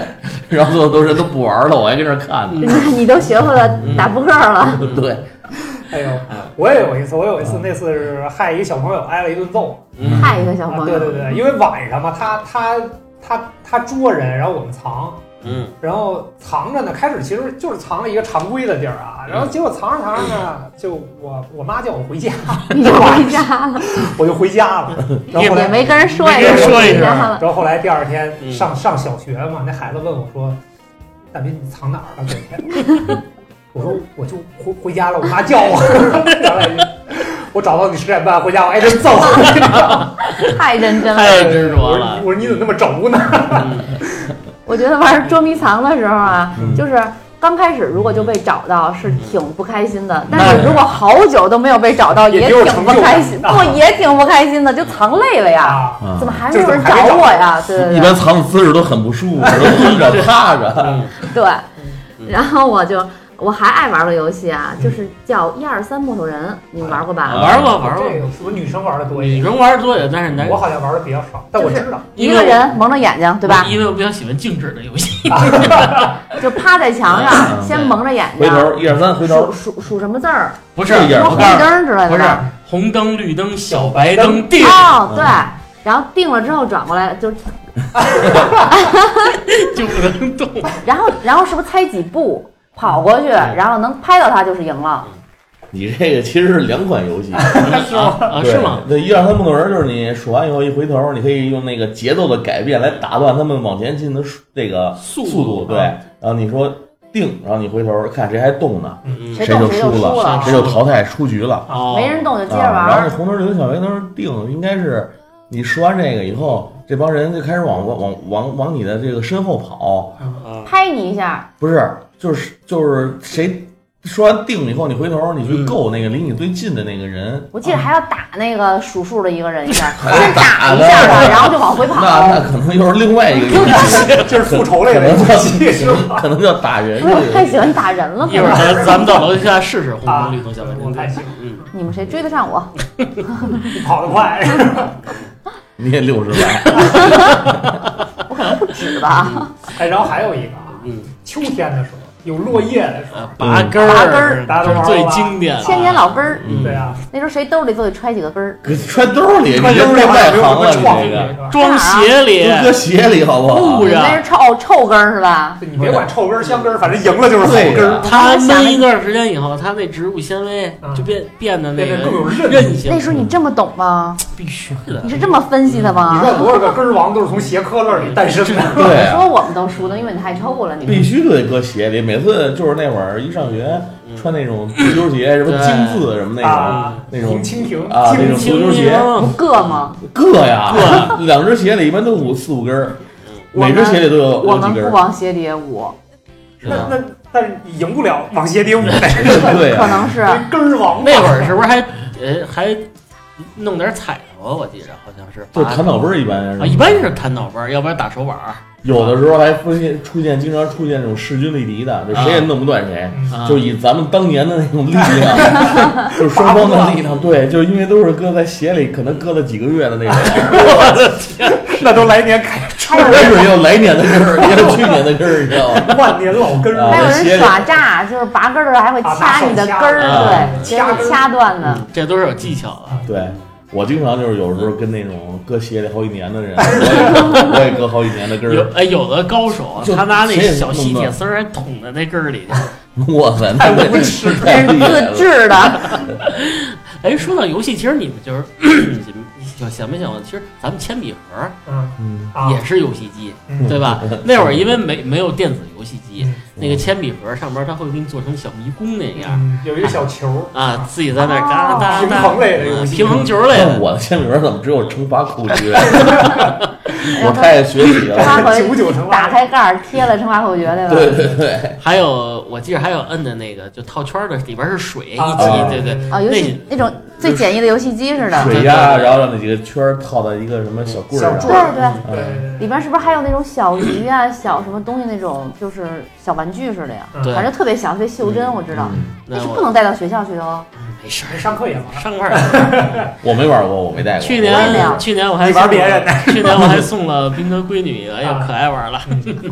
S3: 然后所有都人都不玩了，我还跟那儿看呢，
S4: 人，你都学会了打扑克了，
S3: 对，
S2: 哎呦，我也有一次，我有一次，那次是害一个小朋友挨了一顿揍。
S1: 嗯
S4: 害一个小
S2: 啊，
S4: 朋
S2: 对对
S4: 友，
S2: 对，因为晚上嘛，他他他他捉人，然后我们藏，
S1: 嗯，
S2: 然后藏着呢，开始其实就是藏了一个常规的地儿
S1: 嗯
S2: 啊，然后结果藏着藏着呢，就我我妈叫我回家，
S4: 你就回家了，
S2: 我就回家了，
S1: 嗯
S2: 然后后
S4: 也
S2: 来。
S4: 没跟人说
S1: 没
S4: 一
S1: 跟人
S4: 声，
S1: 说一声
S4: 回家了。
S2: 然后后来第二天
S1: 嗯
S2: 上上小学嘛，那孩子问我说：“大斌，你藏哪儿了？昨天？” 我说：“我就回回家了，我妈叫我。” 然后来一句我找到你十点半回家，我挨顿 揍。
S4: 太认真了。
S1: 太执
S2: 我
S1: 着
S2: 说
S1: 了，
S2: 我说你怎么那么轴呢？
S1: 嗯
S4: 我觉得玩捉迷藏的时候啊，
S3: 嗯
S4: 就是刚开始如果就被找到是挺不开心的，
S1: 那
S4: 但是如果好久都没有被找到，
S2: 也
S4: 也
S2: 挺有
S4: 挺
S2: 成
S4: 不
S2: 就
S4: 开
S2: 感
S4: 心，
S2: 的
S4: 不也挺不开心的，就藏累了哎呀，
S2: 啊，
S3: 啊
S4: 怎么还
S2: 就
S4: 没
S2: 是
S4: 有人
S2: 还没找
S4: 我呀？对对
S3: 一
S4: 对
S3: 般藏的姿势都很不舒服，都蹲着趴着，
S1: 嗯
S4: 对
S1: 嗯
S4: 然后我就我还爱玩的游戏啊，
S3: 嗯
S4: 就是叫一二三木头人，你们玩过吧？
S3: 啊
S1: 玩过玩
S2: 这
S1: 过，
S2: 个是不是女生玩的多一
S1: 女
S2: 点？
S1: 生玩多也，但是男
S2: 我好像玩的比较少，但我知道，
S4: 一个人蒙着眼睛，对吧？
S1: 因为我比较喜欢静止的游戏，
S4: 就趴在墙上，
S3: 嗯
S4: 先蒙着眼
S3: 回
S4: 睛，
S3: 头一二三，回头
S4: 数数数什么字儿，
S1: 不是，
S3: 这样
S4: 什
S3: 我
S4: 么
S1: 我
S4: 红
S1: 告诉你
S4: 绿灯之类
S1: 不
S4: 的
S1: 是
S4: 吧。
S1: 红灯、绿灯、小白灯、定，
S4: 哦，
S3: 嗯
S4: 对，然后定了之后转过来就，
S1: 就不能 动。
S4: 然后然后是不是猜几步跑过
S3: 嗯
S4: 去，然后能拍到他就是赢了。
S3: 你这个其实是两款游戏，
S1: 是吗？啊，
S3: 对
S1: 是吗？？
S3: 对，一二三木头人就是你数完以后一回头，你可以用那个节奏的改变来打断他们往前进的速这个
S1: 速
S3: 速度，对。然后你说定，然后你回头看谁还动呢，
S1: 嗯
S4: 谁
S3: 谁就
S4: 动谁就
S3: 输
S4: 输
S3: 了，
S4: 了
S3: 谁就淘汰出局了。
S1: 哦，
S4: 没人动就接着
S3: 啊，然后
S4: 玩
S3: 这，红头绿头小白灯定应该是你说完这个以后，这帮人就开始往往往往往你的这个身后跑，
S1: 啊。
S4: 拍你一下，
S3: 不是，就是就是谁说完定以后，你回头
S2: 嗯
S3: 你去够那个离你最近的那个人，
S4: 我记得还要打那个数数的一个人 一下，
S3: 要
S4: 先打一
S3: 打
S4: 下
S3: 他
S4: 他，然后就往回
S3: 那那
S4: 跑。
S3: 可能又是另外 一个游戏，
S2: 这是复仇类的游戏是吧？
S3: 可能叫打人
S4: 不
S3: 这个
S4: 是
S3: 嗯
S4: 我哎太
S3: 游
S4: 喜
S3: 戏。
S4: 欢打人了，
S1: 一会儿 咱咱们到楼下试试红
S2: 啊，
S1: 灯绿灯小白
S2: 我
S1: 灯。
S2: 太喜欢
S1: 嗯，
S4: 你们谁追得上我？
S3: 嗯
S2: 你跑得快，
S3: 你也六十 来，
S4: 我可能不止吧，
S2: 哎，然后还有一个啊，
S1: 嗯，
S2: 秋天的时候有落叶的时候，
S1: 呃，拔根儿，
S4: 拔根儿
S2: 拔根
S1: 这
S2: 儿
S1: 是最经典的。
S4: 千年老根儿，
S1: 嗯
S2: 对啊，
S4: 那时候谁兜里都得揣几个根儿。
S3: 给揣兜里，
S2: 关
S3: 嗯你
S2: 键
S3: 扔
S2: 那
S3: 在
S2: 会儿
S3: 外
S2: 有什
S3: 行
S2: 么
S3: 了，
S2: 创
S3: 你
S2: 意
S3: 这个
S2: 是吧？
S1: 装
S4: 啊
S1: 鞋里，
S3: 都搁鞋里好不啊好
S1: 不？
S4: 你
S1: 然
S4: 那是臭臭根儿是吧？
S2: 你别管臭根儿香根儿，反正赢了就是好
S3: 对
S2: 根
S3: 呀
S2: 儿，
S1: 它闷一段时间以后，它那植物纤维就变变得那
S2: 变得更有
S1: 个
S2: 韧
S1: 韧性。
S4: 那时候你这么懂吗？
S1: 必须的
S4: 你，是这么分析
S2: 你
S4: 的
S2: 知
S4: 吗？
S2: 道多少个根儿王都是从鞋科那里诞生的？
S3: 嗯对 啊，
S4: 说我们都输的，因为你太臭了，你们
S3: 必须得搁鞋里。每次就是那会儿一上学，
S1: 嗯
S3: 穿那种足球鞋，什么金字什么那
S2: 啊，
S3: 那种
S2: 红蜻蜓
S3: 啊那种
S2: 蜻蜓
S3: 足球鞋
S1: 清
S4: 不硌吗？
S3: 种，硌呀， 两只鞋里一般都五四五根儿，
S4: 我
S3: 每只
S4: 们
S3: 鞋里都有
S4: 我
S3: 有几
S4: 们
S3: 根
S4: 不
S3: 儿。
S4: 往鞋底下舞，
S1: 明
S2: 那
S1: 啊
S2: 那但是你赢不了往鞋底舞呗，
S3: 对啊呀，
S4: 可能是
S2: 这 根儿王
S1: 那会儿是不是还呃还弄点彩头？我记着好像是，
S3: 就是弹脑杯儿一般
S1: 啊，一般是弹脑崩，要不然打手板儿。
S3: 有的时候还出现出现经常出现这种势均力敌的，就谁也弄不断谁。
S2: 嗯
S1: 啊
S3: 就以咱们当年的那种力量，就是双方的力量，对，就是因为都是搁在鞋里，可能搁了几个月的那种，
S2: 那都来年开超
S3: 没准儿也有来年的根儿，也有去年的根儿，你知道吗？
S2: 万年老根
S3: 啊
S4: 还
S1: 哎
S2: 儿，
S4: 有人耍诈，就是拔根儿的时候还会掐你的根儿，
S1: 啊
S4: 对，
S2: 掐
S4: 给你掐断的。
S1: 嗯这都是有技巧的。
S3: 对，我经常就是有时候跟那种搁鞋里好几年的人，我也我也搁好几年的根
S1: 有
S3: 儿，
S1: 哎，有的高手
S3: 嗯就
S1: 他拿那
S3: 谁也
S1: 小细
S3: 弄不
S1: 铁
S3: 到
S1: 丝儿还捅在那根儿里去。
S3: 哇塞，那
S2: 太无
S3: 真
S2: 耻
S3: 是嗯
S4: 这
S3: 太
S4: 是
S3: 厉害
S4: 自
S3: 了。
S4: 制的，
S1: 哎，说到游戏，其实你们就是 想想没想过，其实咱们铅笔盒
S2: 嗯
S3: 嗯，
S2: 啊
S1: 也是游戏机，
S2: 嗯
S1: 对吧？那会儿因为没没有电子游戏机
S2: 嗯，
S1: 那个铅笔盒上边它会给你做成小迷宫那样
S2: 嗯有一个小球儿
S1: 啊，，自己在那儿
S4: 哦
S1: 嘎哒
S2: 平
S1: 哒，
S2: 衡类的游
S1: 嗯
S2: 戏，
S1: 平衡球类
S3: 但
S1: 的，
S3: 我的铅笔盒怎么只有乘法口诀？啊我太学习了。
S4: 发口
S2: 九九乘
S4: 打
S2: 八，
S4: 开盖儿贴了乘法口诀，对吧？
S3: 对对
S2: 嗯
S3: 对，
S1: 还有我记得还有摁的那个，就套圈儿的里边是水，一
S2: 啊
S1: 挤，对对，
S4: 啊，游戏那种最简易的游戏机似的，
S3: 水压，然后让那几个圈儿套在一个什么小棍儿
S2: 小
S4: 对
S2: 棍
S3: 上。
S4: 对，
S2: 对
S3: 嗯，
S2: 对
S4: 里边是不是还有那种小鱼啊、小什么东西那种，就是小玩具似的呀？
S2: 嗯
S1: 对
S4: 反正特别小，特别袖珍，我知道，
S3: 嗯
S1: 那
S4: 但是不
S1: 我
S4: 能带到学校去 的哦。
S1: 没事
S2: 对
S1: 儿，
S2: 上课也玩，
S1: 上块 儿。
S3: 我没玩过，我没带过。
S1: 去
S4: 我也没有
S1: 年去年我还
S2: 你玩别人啊
S1: 的，去年我还送了 斌哥闺女，哎呀，可爱玩了，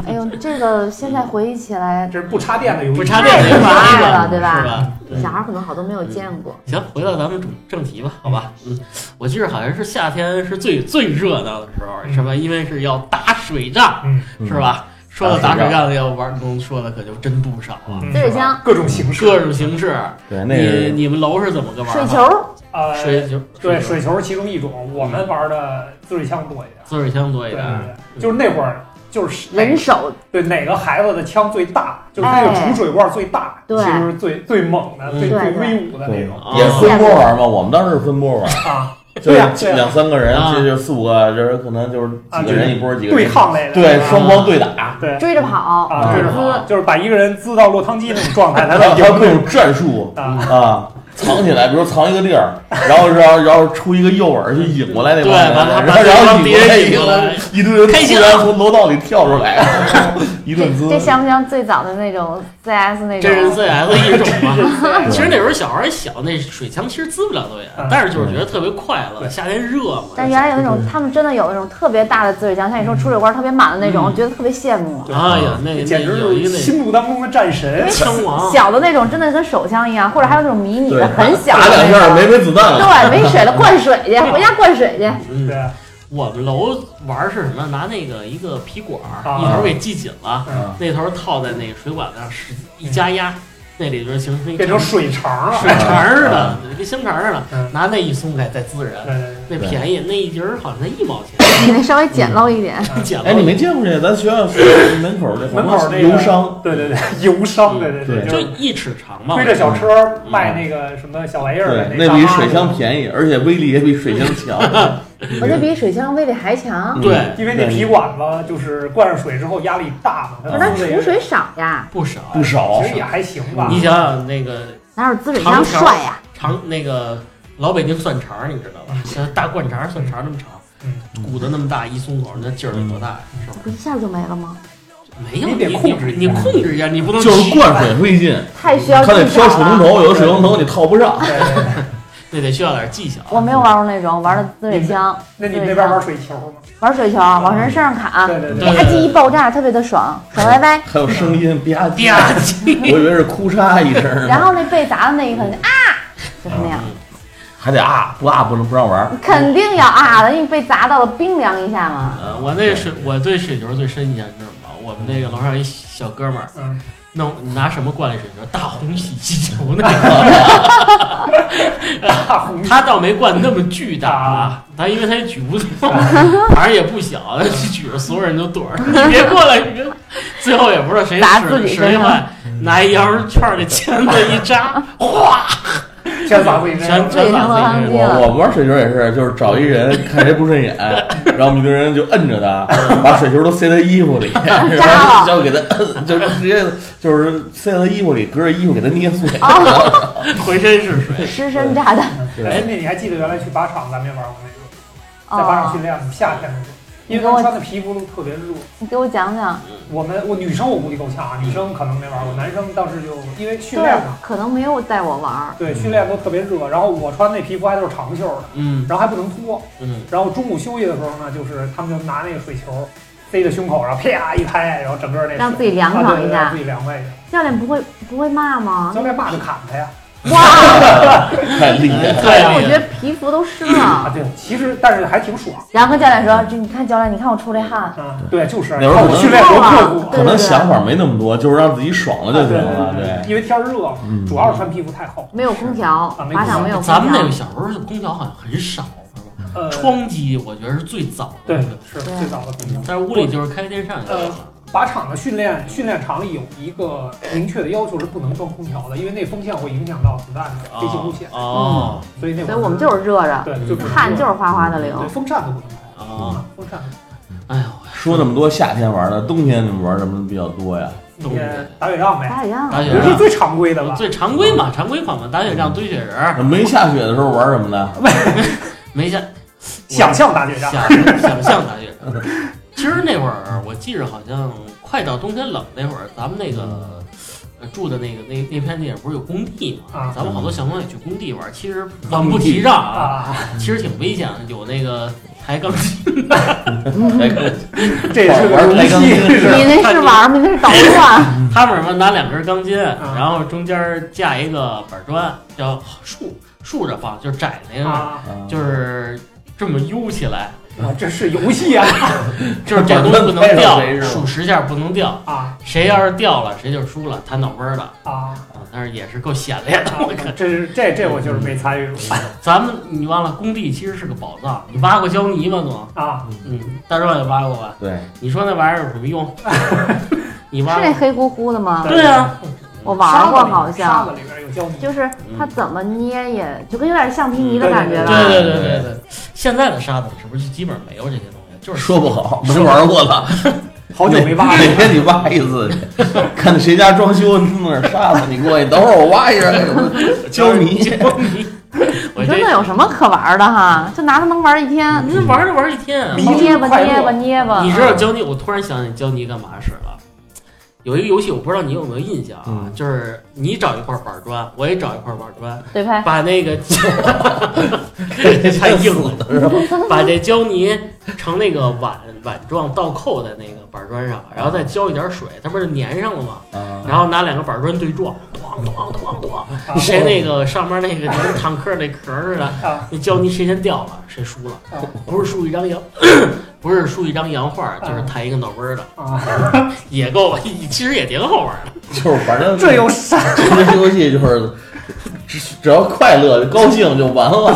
S4: 哎呦，这个现在回忆起来
S2: 这是不插电的游戏，
S1: 不插电
S4: 太
S1: 的游戏
S4: 可爱了，
S1: 吧
S4: 对
S1: 是
S4: 吧？
S1: 吧？
S4: 小孩儿可能好多没有见过。
S1: 行，回到咱们主正题吧，好吧，嗯，我记得好像是夏天是最最热闹的时候，
S2: 嗯
S1: 什么因为是要打水仗，
S2: 嗯，
S3: 嗯
S1: 是？吧？说到
S3: 打
S1: 打
S3: 水
S1: 水仗要玩能说的可就真不少了，
S2: 嗯
S4: 滋水枪、
S2: 各种形式，
S1: 各种形式。
S3: 对，那
S1: 你
S3: 个
S1: 你们楼是怎么个玩
S4: 水
S1: 法？
S4: 球，
S2: 呃，
S1: 水球，
S2: 对，
S1: 球
S2: 水球是其中一种，我们玩的滋水枪多一点。
S1: 滋水枪多一
S2: 对
S1: 点。
S2: 对对，就是那会儿，
S1: 嗯
S2: 就是哪
S4: 人手，
S2: 对哪个孩子的枪最大，就是那
S1: 哎
S2: 个主水罐最大，
S4: 对
S2: 其实是最最猛的、
S1: 嗯
S2: 最
S4: 对
S2: 最
S4: 对
S2: 威武的那
S3: 对
S2: 种
S1: 啊
S3: 也分波玩嘛，我们当时是分波玩，
S2: 啊，
S3: 就
S2: 对呀
S3: 是
S2: 对呀
S3: 两三个人，
S1: 啊
S3: 这就四五个，就是可能就是几个人一波，几个
S2: 对
S3: 人
S2: 抗类的，
S3: 对
S2: 啊
S3: 双方对打，
S2: 对
S4: 追着跑，
S2: 啊，这
S4: 跑
S3: 追着
S4: 姿
S2: 种就是把一个人滋到落汤鸡那种状态，才
S3: 然
S2: 能
S3: 后还有
S2: 赢
S3: 各种战术
S2: 啊。
S3: 啊，藏起来，比如藏一个地儿，然后然后然后出一个诱饵去引过来那
S1: 对
S3: 帮人，
S1: 把他
S3: 然
S1: 把
S3: 后然
S1: 把
S3: 后引
S1: 敌
S3: 过来
S1: 人
S3: 以
S1: 引
S3: 后
S1: 过来，
S3: 一堆人
S1: 开
S3: 突
S1: 心
S3: 然
S1: 了
S3: 从楼道里跳出来， 一顿滋
S4: 这。像不像最早的那种 CS 那种？
S1: 真人 CS 一种嘛。
S3: 对
S1: 其实那时候小孩儿小，那水枪其实滋不了多远
S2: 嗯，
S1: 但是就是觉得特别快乐，
S2: 对
S1: 夏天热嘛。
S4: 但原来有那种，他们真的有那种特别大的滋水枪，像
S1: 嗯
S4: 你说出水罐特别满的那种，我觉得特别羡慕。
S1: 哎呀，那那
S2: 简直
S1: 有一
S2: 就是
S1: 个那
S2: 心目当中的战 神。
S1: 枪王，
S4: 小的那种真的跟手枪一样，或者还有那种迷你
S3: 对
S4: 的，，很小
S3: 打
S4: 的
S3: 两
S4: 那
S3: 下没
S4: 种。
S3: 没子弹了，
S4: 对，没水了，灌水去，回家灌水去。
S1: 嗯，
S2: 对，啊
S1: 我们楼玩儿是什么？拿那个一个皮管儿，
S2: 啊
S1: 一头儿给系紧了，
S3: 嗯
S1: 那头儿套在那个水管子上，使一加压，那里边形成一
S2: 变成水肠了。
S1: 水肠儿似的，跟香肠儿似的，
S2: 嗯
S1: 拿那一松开再滋人
S2: 对，对对
S1: 那便宜，那一节儿好像才一毛钱。
S4: 你那稍微简陋一点，
S2: 嗯
S1: 捡了
S3: 哎，你没见过这个？咱学校门口这
S2: 门口那个
S3: 游商，嗯
S2: 对对对，油商，对对
S3: 对嗯
S1: 就
S2: 就是
S1: 一尺长嘛，
S2: 推着小车卖那个什么小玩意儿的
S3: 对，
S2: 大
S3: 那
S2: 妈
S3: 比水枪便宜，而且威力也比水枪强。
S4: 我觉得比水枪威力还强。
S3: 嗯
S1: 对
S2: 因为那皮管子就是灌上水之后压力大嘛，
S4: 可是
S2: 它
S4: 它
S2: 出
S4: 储水少呀，
S1: 不少。
S3: 不少
S2: 其，实也还行吧。
S1: 你想想那个
S4: 哪有滋水枪帅呀？
S1: 长那个老北京蒜肠儿，你知道吧？
S2: 嗯
S1: 像大灌肠儿蒜肠儿那么长，
S3: 嗯
S1: 鼓的那么大，一松口那劲儿得多大呀？
S2: 嗯
S1: 是吧？
S4: 不一下就没了吗？
S1: 没有
S2: 你
S1: 你
S2: 得控制
S1: 你
S2: 一下
S1: 你控制一下，你不能
S3: 就是灌水费劲，
S4: 太需要
S3: 他
S4: 技巧
S3: 得挑
S4: 了。
S3: 水龙头，有的水龙头你套不上。
S2: 对对对
S1: 那得需要点技巧。
S4: 我 没有玩过那种，玩的滋水枪，
S2: 那你们那边玩水球吗？
S4: 玩水球，往人身上砍，吧
S2: 对对
S1: 对
S2: 对，
S4: 唧一爆吧炸，特别的爽，爽歪歪。
S3: 还有声音吧唧，
S1: 吧唧，
S3: 我以为是哭嚓一声，
S4: 然后那被砸的那一刻就啊，就是那样，
S3: 还得啊，不啊不能不让玩。
S4: 肯定要啊的，因为被砸到了，冰凉一下嘛。
S1: 呃，我那水我对水球最深印象是什么？我们那个楼上一小哥们儿
S2: 嗯，
S1: 弄你拿什么灌那水球？大红喜气球那个。
S2: 大红
S1: 他倒没灌那么巨大啊，他因为他也举不动，反正也不小，他举着所有人都躲着， 你别过来，你别。最后也不知道谁
S4: 打自
S1: 使
S4: 己
S1: 谁
S4: 身上
S1: 坏，拿一羊肉圈儿的签子一扎，哗，
S2: 全砸自己身
S1: 全
S2: 上，
S1: 全打自己身上。
S3: 我我玩水球也是，就是找一人看谁不顺眼，然后我们一堆人就摁着他，把水球都塞他衣服里，然后就给他摁，就是直接就是塞他衣服里，隔着衣服给他捏碎。
S4: 哦，
S1: 浑身是 水。
S4: 尸身炸弹。
S2: 哎，那你还记得原来去靶场咱们也玩过那种，在靶场
S4: 哦
S2: 训，练吗？夏天的时候，因为他们穿的皮衣服都特别热。
S4: 你哦给我讲讲。
S2: 我们我女生我估计够呛啊，女生可能没玩过，男生当时就因为训
S4: 对
S2: 练嘛，，
S4: 可能没有带我玩儿。
S2: 对，训练都特别热。然后我穿那皮肤还都是长袖的，
S1: 嗯
S2: 然后还不能脱。
S1: 嗯，
S2: 然后中午休息的时候呢，就是他们就拿那个水球塞在胸口，然后啪一拍，然后整个那水
S4: 让自己凉
S2: 啊
S4: 爽
S2: 对
S4: 一
S2: 对
S4: 下啊
S2: 让自己凉快一下。
S4: 教练不会不会骂 吗
S2: 教？练骂就砍他呀。
S4: 哇，
S3: 太厉害了！
S1: 对呀
S4: 哎我觉得皮肤都湿
S2: 啊，
S4: 了。
S2: 对，其实但是还挺爽。
S4: 然后跟教练说：“这你看教练，你看我出这汗。
S2: 啊，对，就是
S3: 那时候
S2: 看我训练多刻苦啊。
S3: 可能想法没那么多，就是让自己爽了就行
S1: 啊
S3: 了。
S2: 对
S3: 对，
S2: 因为天儿热，
S3: 嗯
S2: 主要是穿皮肤太厚”。
S4: 没有空调，
S2: 啊没空调
S4: 靶场没有空调。
S1: 咱们那个小时候空调好像很少，是吧
S2: 呃，
S1: 窗机我觉得是最早的
S2: 对呃
S1: 那个，，
S2: 是最早的空调。
S1: 但是屋里就是开电扇就行了。
S2: 靶场的训练训练场里有一个明确的要求是不能装空调的，因为那风线会影响到子弹的
S1: 啊
S2: 飞行路线，
S1: 哦
S2: 所以那会儿
S1: 嗯
S4: 所以我们就是热着，
S2: 对就不能
S4: 汗就是哗哗的流
S2: 对。风扇都不能开
S1: 哦
S2: 啊，风扇
S3: 说那么多夏天玩的，冬天你们玩什么比较多呀？
S1: 冬天
S2: 打雪仗呗，
S4: 打一样
S1: 打
S4: 啊，
S1: 雪
S2: 这是
S1: 仗
S2: 最常规的吧？
S1: 最常规嘛，常规款嘛，打雪仗、堆雪人儿，
S3: 没下雪的时候玩什么呢？
S1: 没下
S2: 想象打雪仗，
S1: 想 想象打雪仗。其实那会儿我记着好像快到冬天冷那会儿，咱们那个呃住的那个那那片地儿不是有工地嘛
S2: 啊？
S1: 咱们好多小朋友也去工地玩儿。其实咱们不提倡啊，
S2: 啊，
S1: 其实挺危险的，有那个抬杠机，
S2: 这也是个游戏，是
S4: 你那是玩吗？你那是捣
S2: 哎
S4: 乱，
S1: 他们什么拿两根钢筋，
S2: 啊
S1: 然后中间架一个板砖，叫竖竖着放，就是窄那个，
S2: 啊，
S3: 啊
S1: 就是这么悠起来，
S2: 啊这是游戏啊
S1: 就是这东西不能
S3: 板砖
S1: 掉
S3: 拍着谁，是吧
S1: 数十下不能掉。
S2: 啊
S1: 谁要是掉了，谁就输了，摊脑崩儿的啊！
S2: 啊！
S1: 但是也是够显烈 的，我看。
S2: 这是这这我就是没参与过
S1: 咱们你忘了，工地其实是个宝藏，你挖过胶泥吗？总，
S2: 啊，
S1: 嗯，大壮也挖过吧？
S3: 对，
S1: 你说那玩意儿有什么用？ 你挖
S4: 是那黑乎乎的吗？
S1: 对啊，
S4: 我玩过
S2: 沙子里
S4: 好
S2: 沙
S4: 像，
S2: 子里边有胶泥，
S4: 就是它怎么捏也就跟有点橡皮泥的
S2: 嗯
S4: 感觉
S1: 对
S4: 吧。
S1: 对对对对，现在的沙子是不是基本上没有这些东西？就是
S3: 说不好，没玩过了，
S2: 好久没挖
S3: 哪哪
S2: 了。
S3: 天你挖一次去，看谁家装修弄点沙子，你过去，等会儿我挖一下， 教 你。
S1: 胶泥， 我这
S4: 你说那有什么可玩的哈？就拿它能玩一天，
S2: 嗯
S1: 你这玩着玩着一天啊
S3: 嗯
S2: 迷！
S4: 捏吧捏吧捏吧。
S1: 你知道胶泥？我突然想起胶泥干嘛使了。有一个游戏，我不知道你有没有印象啊，
S3: 嗯
S1: 就是你找一块板砖，我也找一块板砖，
S4: 对拍，
S1: 把那个太硬 了，把这胶泥成那个碗碗状倒扣在那个板砖上，然后再浇一点水，它不是粘上了吗？
S3: 啊，
S4: 嗯
S1: 然后拿两个板砖对撞，咣咣咣咣，谁那个上面那个就跟坦克那壳似的，
S2: 啊
S1: 那胶泥谁先掉了谁输了，
S3: 哦
S2: 啊
S1: 不是输一张 洋，不是输一张洋画，
S3: 嗯
S1: 就是抬一个脑门儿的，
S2: 啊！
S1: 也够， 其实也挺好玩的。
S3: 就是反正
S2: 这有啥？
S3: 这游戏就是只只要快乐高兴就完了，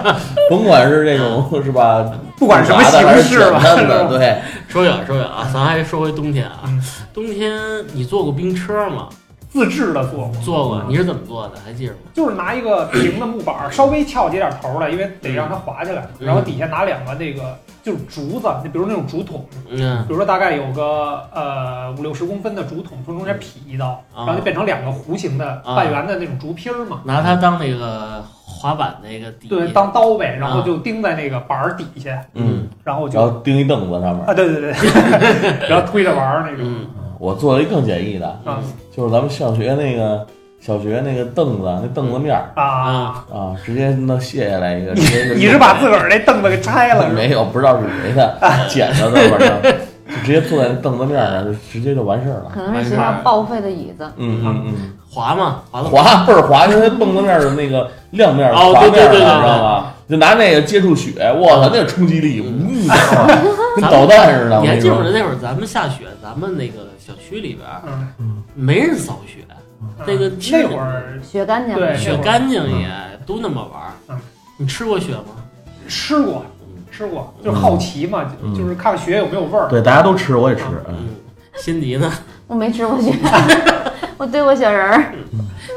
S3: 甭管是这种是吧，
S2: 不管什么
S3: 复杂的还
S2: 形
S3: 是
S2: 式啊吧，
S3: 简单
S2: 是吧
S3: 的对，
S1: 说远说远啊，咱还说回冬天啊
S2: 嗯，
S1: 冬天你坐过冰车吗？
S2: 自制的做过，
S1: 做
S3: 嗯
S1: 过，你是怎么做的？还记着吗？
S2: 就是拿一个平的木板儿，稍微翘起点头来，因为得让它滑起来嘛，
S1: 嗯
S2: 然后底下拿两个那个就是竹子，就比如那种竹筒，
S1: 嗯
S2: 比如说大概有个呃五六十公分的竹筒，从中间劈一刀，
S1: 啊
S2: 然后就变成两个弧形的
S1: 啊
S2: 半圆的那种竹皮儿嘛，
S1: 拿它当那个滑板那个底，
S2: 对，当刀呗，然后就钉在那个板儿底下，
S3: 嗯，
S2: 然后就
S3: 然后钉一凳子上面。
S2: 啊，对对对，然后推着玩儿那种
S1: 嗯
S3: 我做了一更简易的，
S2: 啊
S3: 就是咱们上学那个小学那个凳子，那凳子面儿
S2: 啊，
S3: 啊，直接弄卸下来一个。
S2: 你
S3: 直接就
S2: 你是把自个儿那凳子给拆了是吧？啊
S3: 没有，不知道是谁的，捡着的，反正就直接坐在那凳子面上，就直接就完事儿了。
S4: 可能是学校报废的椅子，
S3: 嗯嗯
S1: 滑嘛，滑
S3: 嗯，
S1: 了
S3: 滑倍儿滑，因为凳子面的那个亮面儿
S1: 哦
S3: 滑面
S1: 对
S3: 儿
S1: 对对对
S3: 的，
S1: 对
S3: 知道吗？就拿那个接触雪，我操，那个冲击力，嗯，跟导弹似的。我
S1: 你还
S3: 跟你
S1: 记不记
S3: 说
S1: 得，那会儿咱们下雪，咱们那个小区里边儿
S2: 嗯，
S1: 没人扫雪，
S2: 嗯
S1: 那个
S2: 那会儿
S4: 学干净
S2: 对
S3: 哎
S4: 了。
S1: 雪干净
S3: 嗯
S1: 也都那么玩儿
S2: 嗯。
S1: 你吃过雪吗？
S2: 吃过
S1: 嗯
S2: 吃过，就是好奇嘛，
S3: 嗯
S2: 就就是看雪有没有味儿。
S3: 对，大家都吃，我也吃。嗯
S1: 嗯，辛迪呢？
S4: 我没吃 过雪，我堆过雪人儿，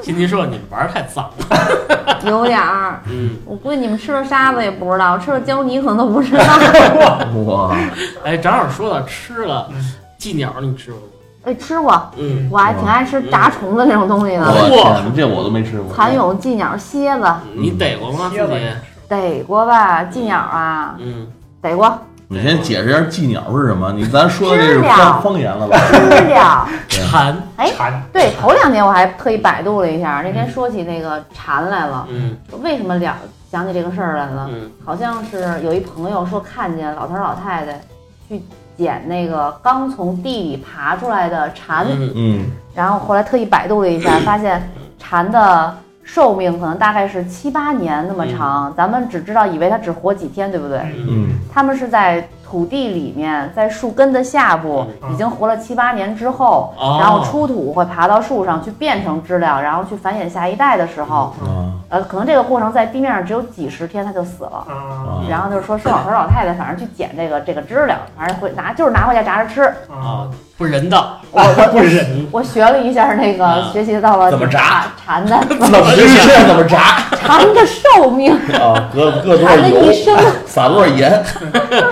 S1: 辛迪说你们玩儿太脏了。
S4: 有点儿。
S1: 嗯，
S4: 我估计你们吃了沙子也不知道，吃了胶泥可能都不知道。
S3: 哇，
S1: 哎，正好说到吃了
S2: 嗯，
S1: 寄鸟你吃过吗？
S4: 哎，吃过，
S1: 嗯，
S4: 我还挺爱吃炸虫子这种东西的，
S3: 我天，这我都没吃过。
S4: 蚕蛹、寄鸟、蝎子，
S1: 你逮过吗？自
S2: 蝎子
S1: 己
S2: 也？吃
S4: 逮过吧？寄鸟啊，
S1: 嗯，
S4: 逮过，
S3: 你先解释一下寄鸟是什么？你咱说的这是方方言了吧？
S4: 知了。
S1: 蝉。
S2: 蝉，
S4: 对，头两天我还特意百度了一下，那天说起那个蝉来了，
S1: 嗯
S4: 为什么了想起这个事儿来了？
S1: 嗯
S4: 好像是有一朋友说看见老头儿老太太去捡那个刚从地里爬出来的蝉，
S1: 嗯
S3: 嗯，
S4: 然后后来特意百度了一下，发现蝉的寿命可能大概是七八年那么长，咱们只知道以为它只活几天，对不对？
S2: 嗯
S3: 嗯
S4: 它们是在土地里面，在树根的下部
S2: 嗯
S4: 已经活了七八年之后，
S1: 哦
S4: 然后出土会爬到树上去变成知了，然后去繁衍下一代的时候，
S3: 啊
S4: 呃，可能这个过程在地面上只有几十天，它就死了。
S2: 啊
S3: 啊，
S4: 然后就是说是老头儿老太太，反正去捡这个这个知了，反正回拿就是拿回家炸着吃，
S1: 啊，不人道，
S4: 我我
S3: 不是
S4: 我学了一下那个，
S1: 啊
S4: 学习到了
S3: 怎么炸
S4: 蝉的
S3: 怎么日线怎么炸
S4: 蝉的寿 命，
S3: 啊？搁搁多少
S1: 哎
S4: 蝉的
S3: 油
S4: 一，生。
S3: 撒多少盐，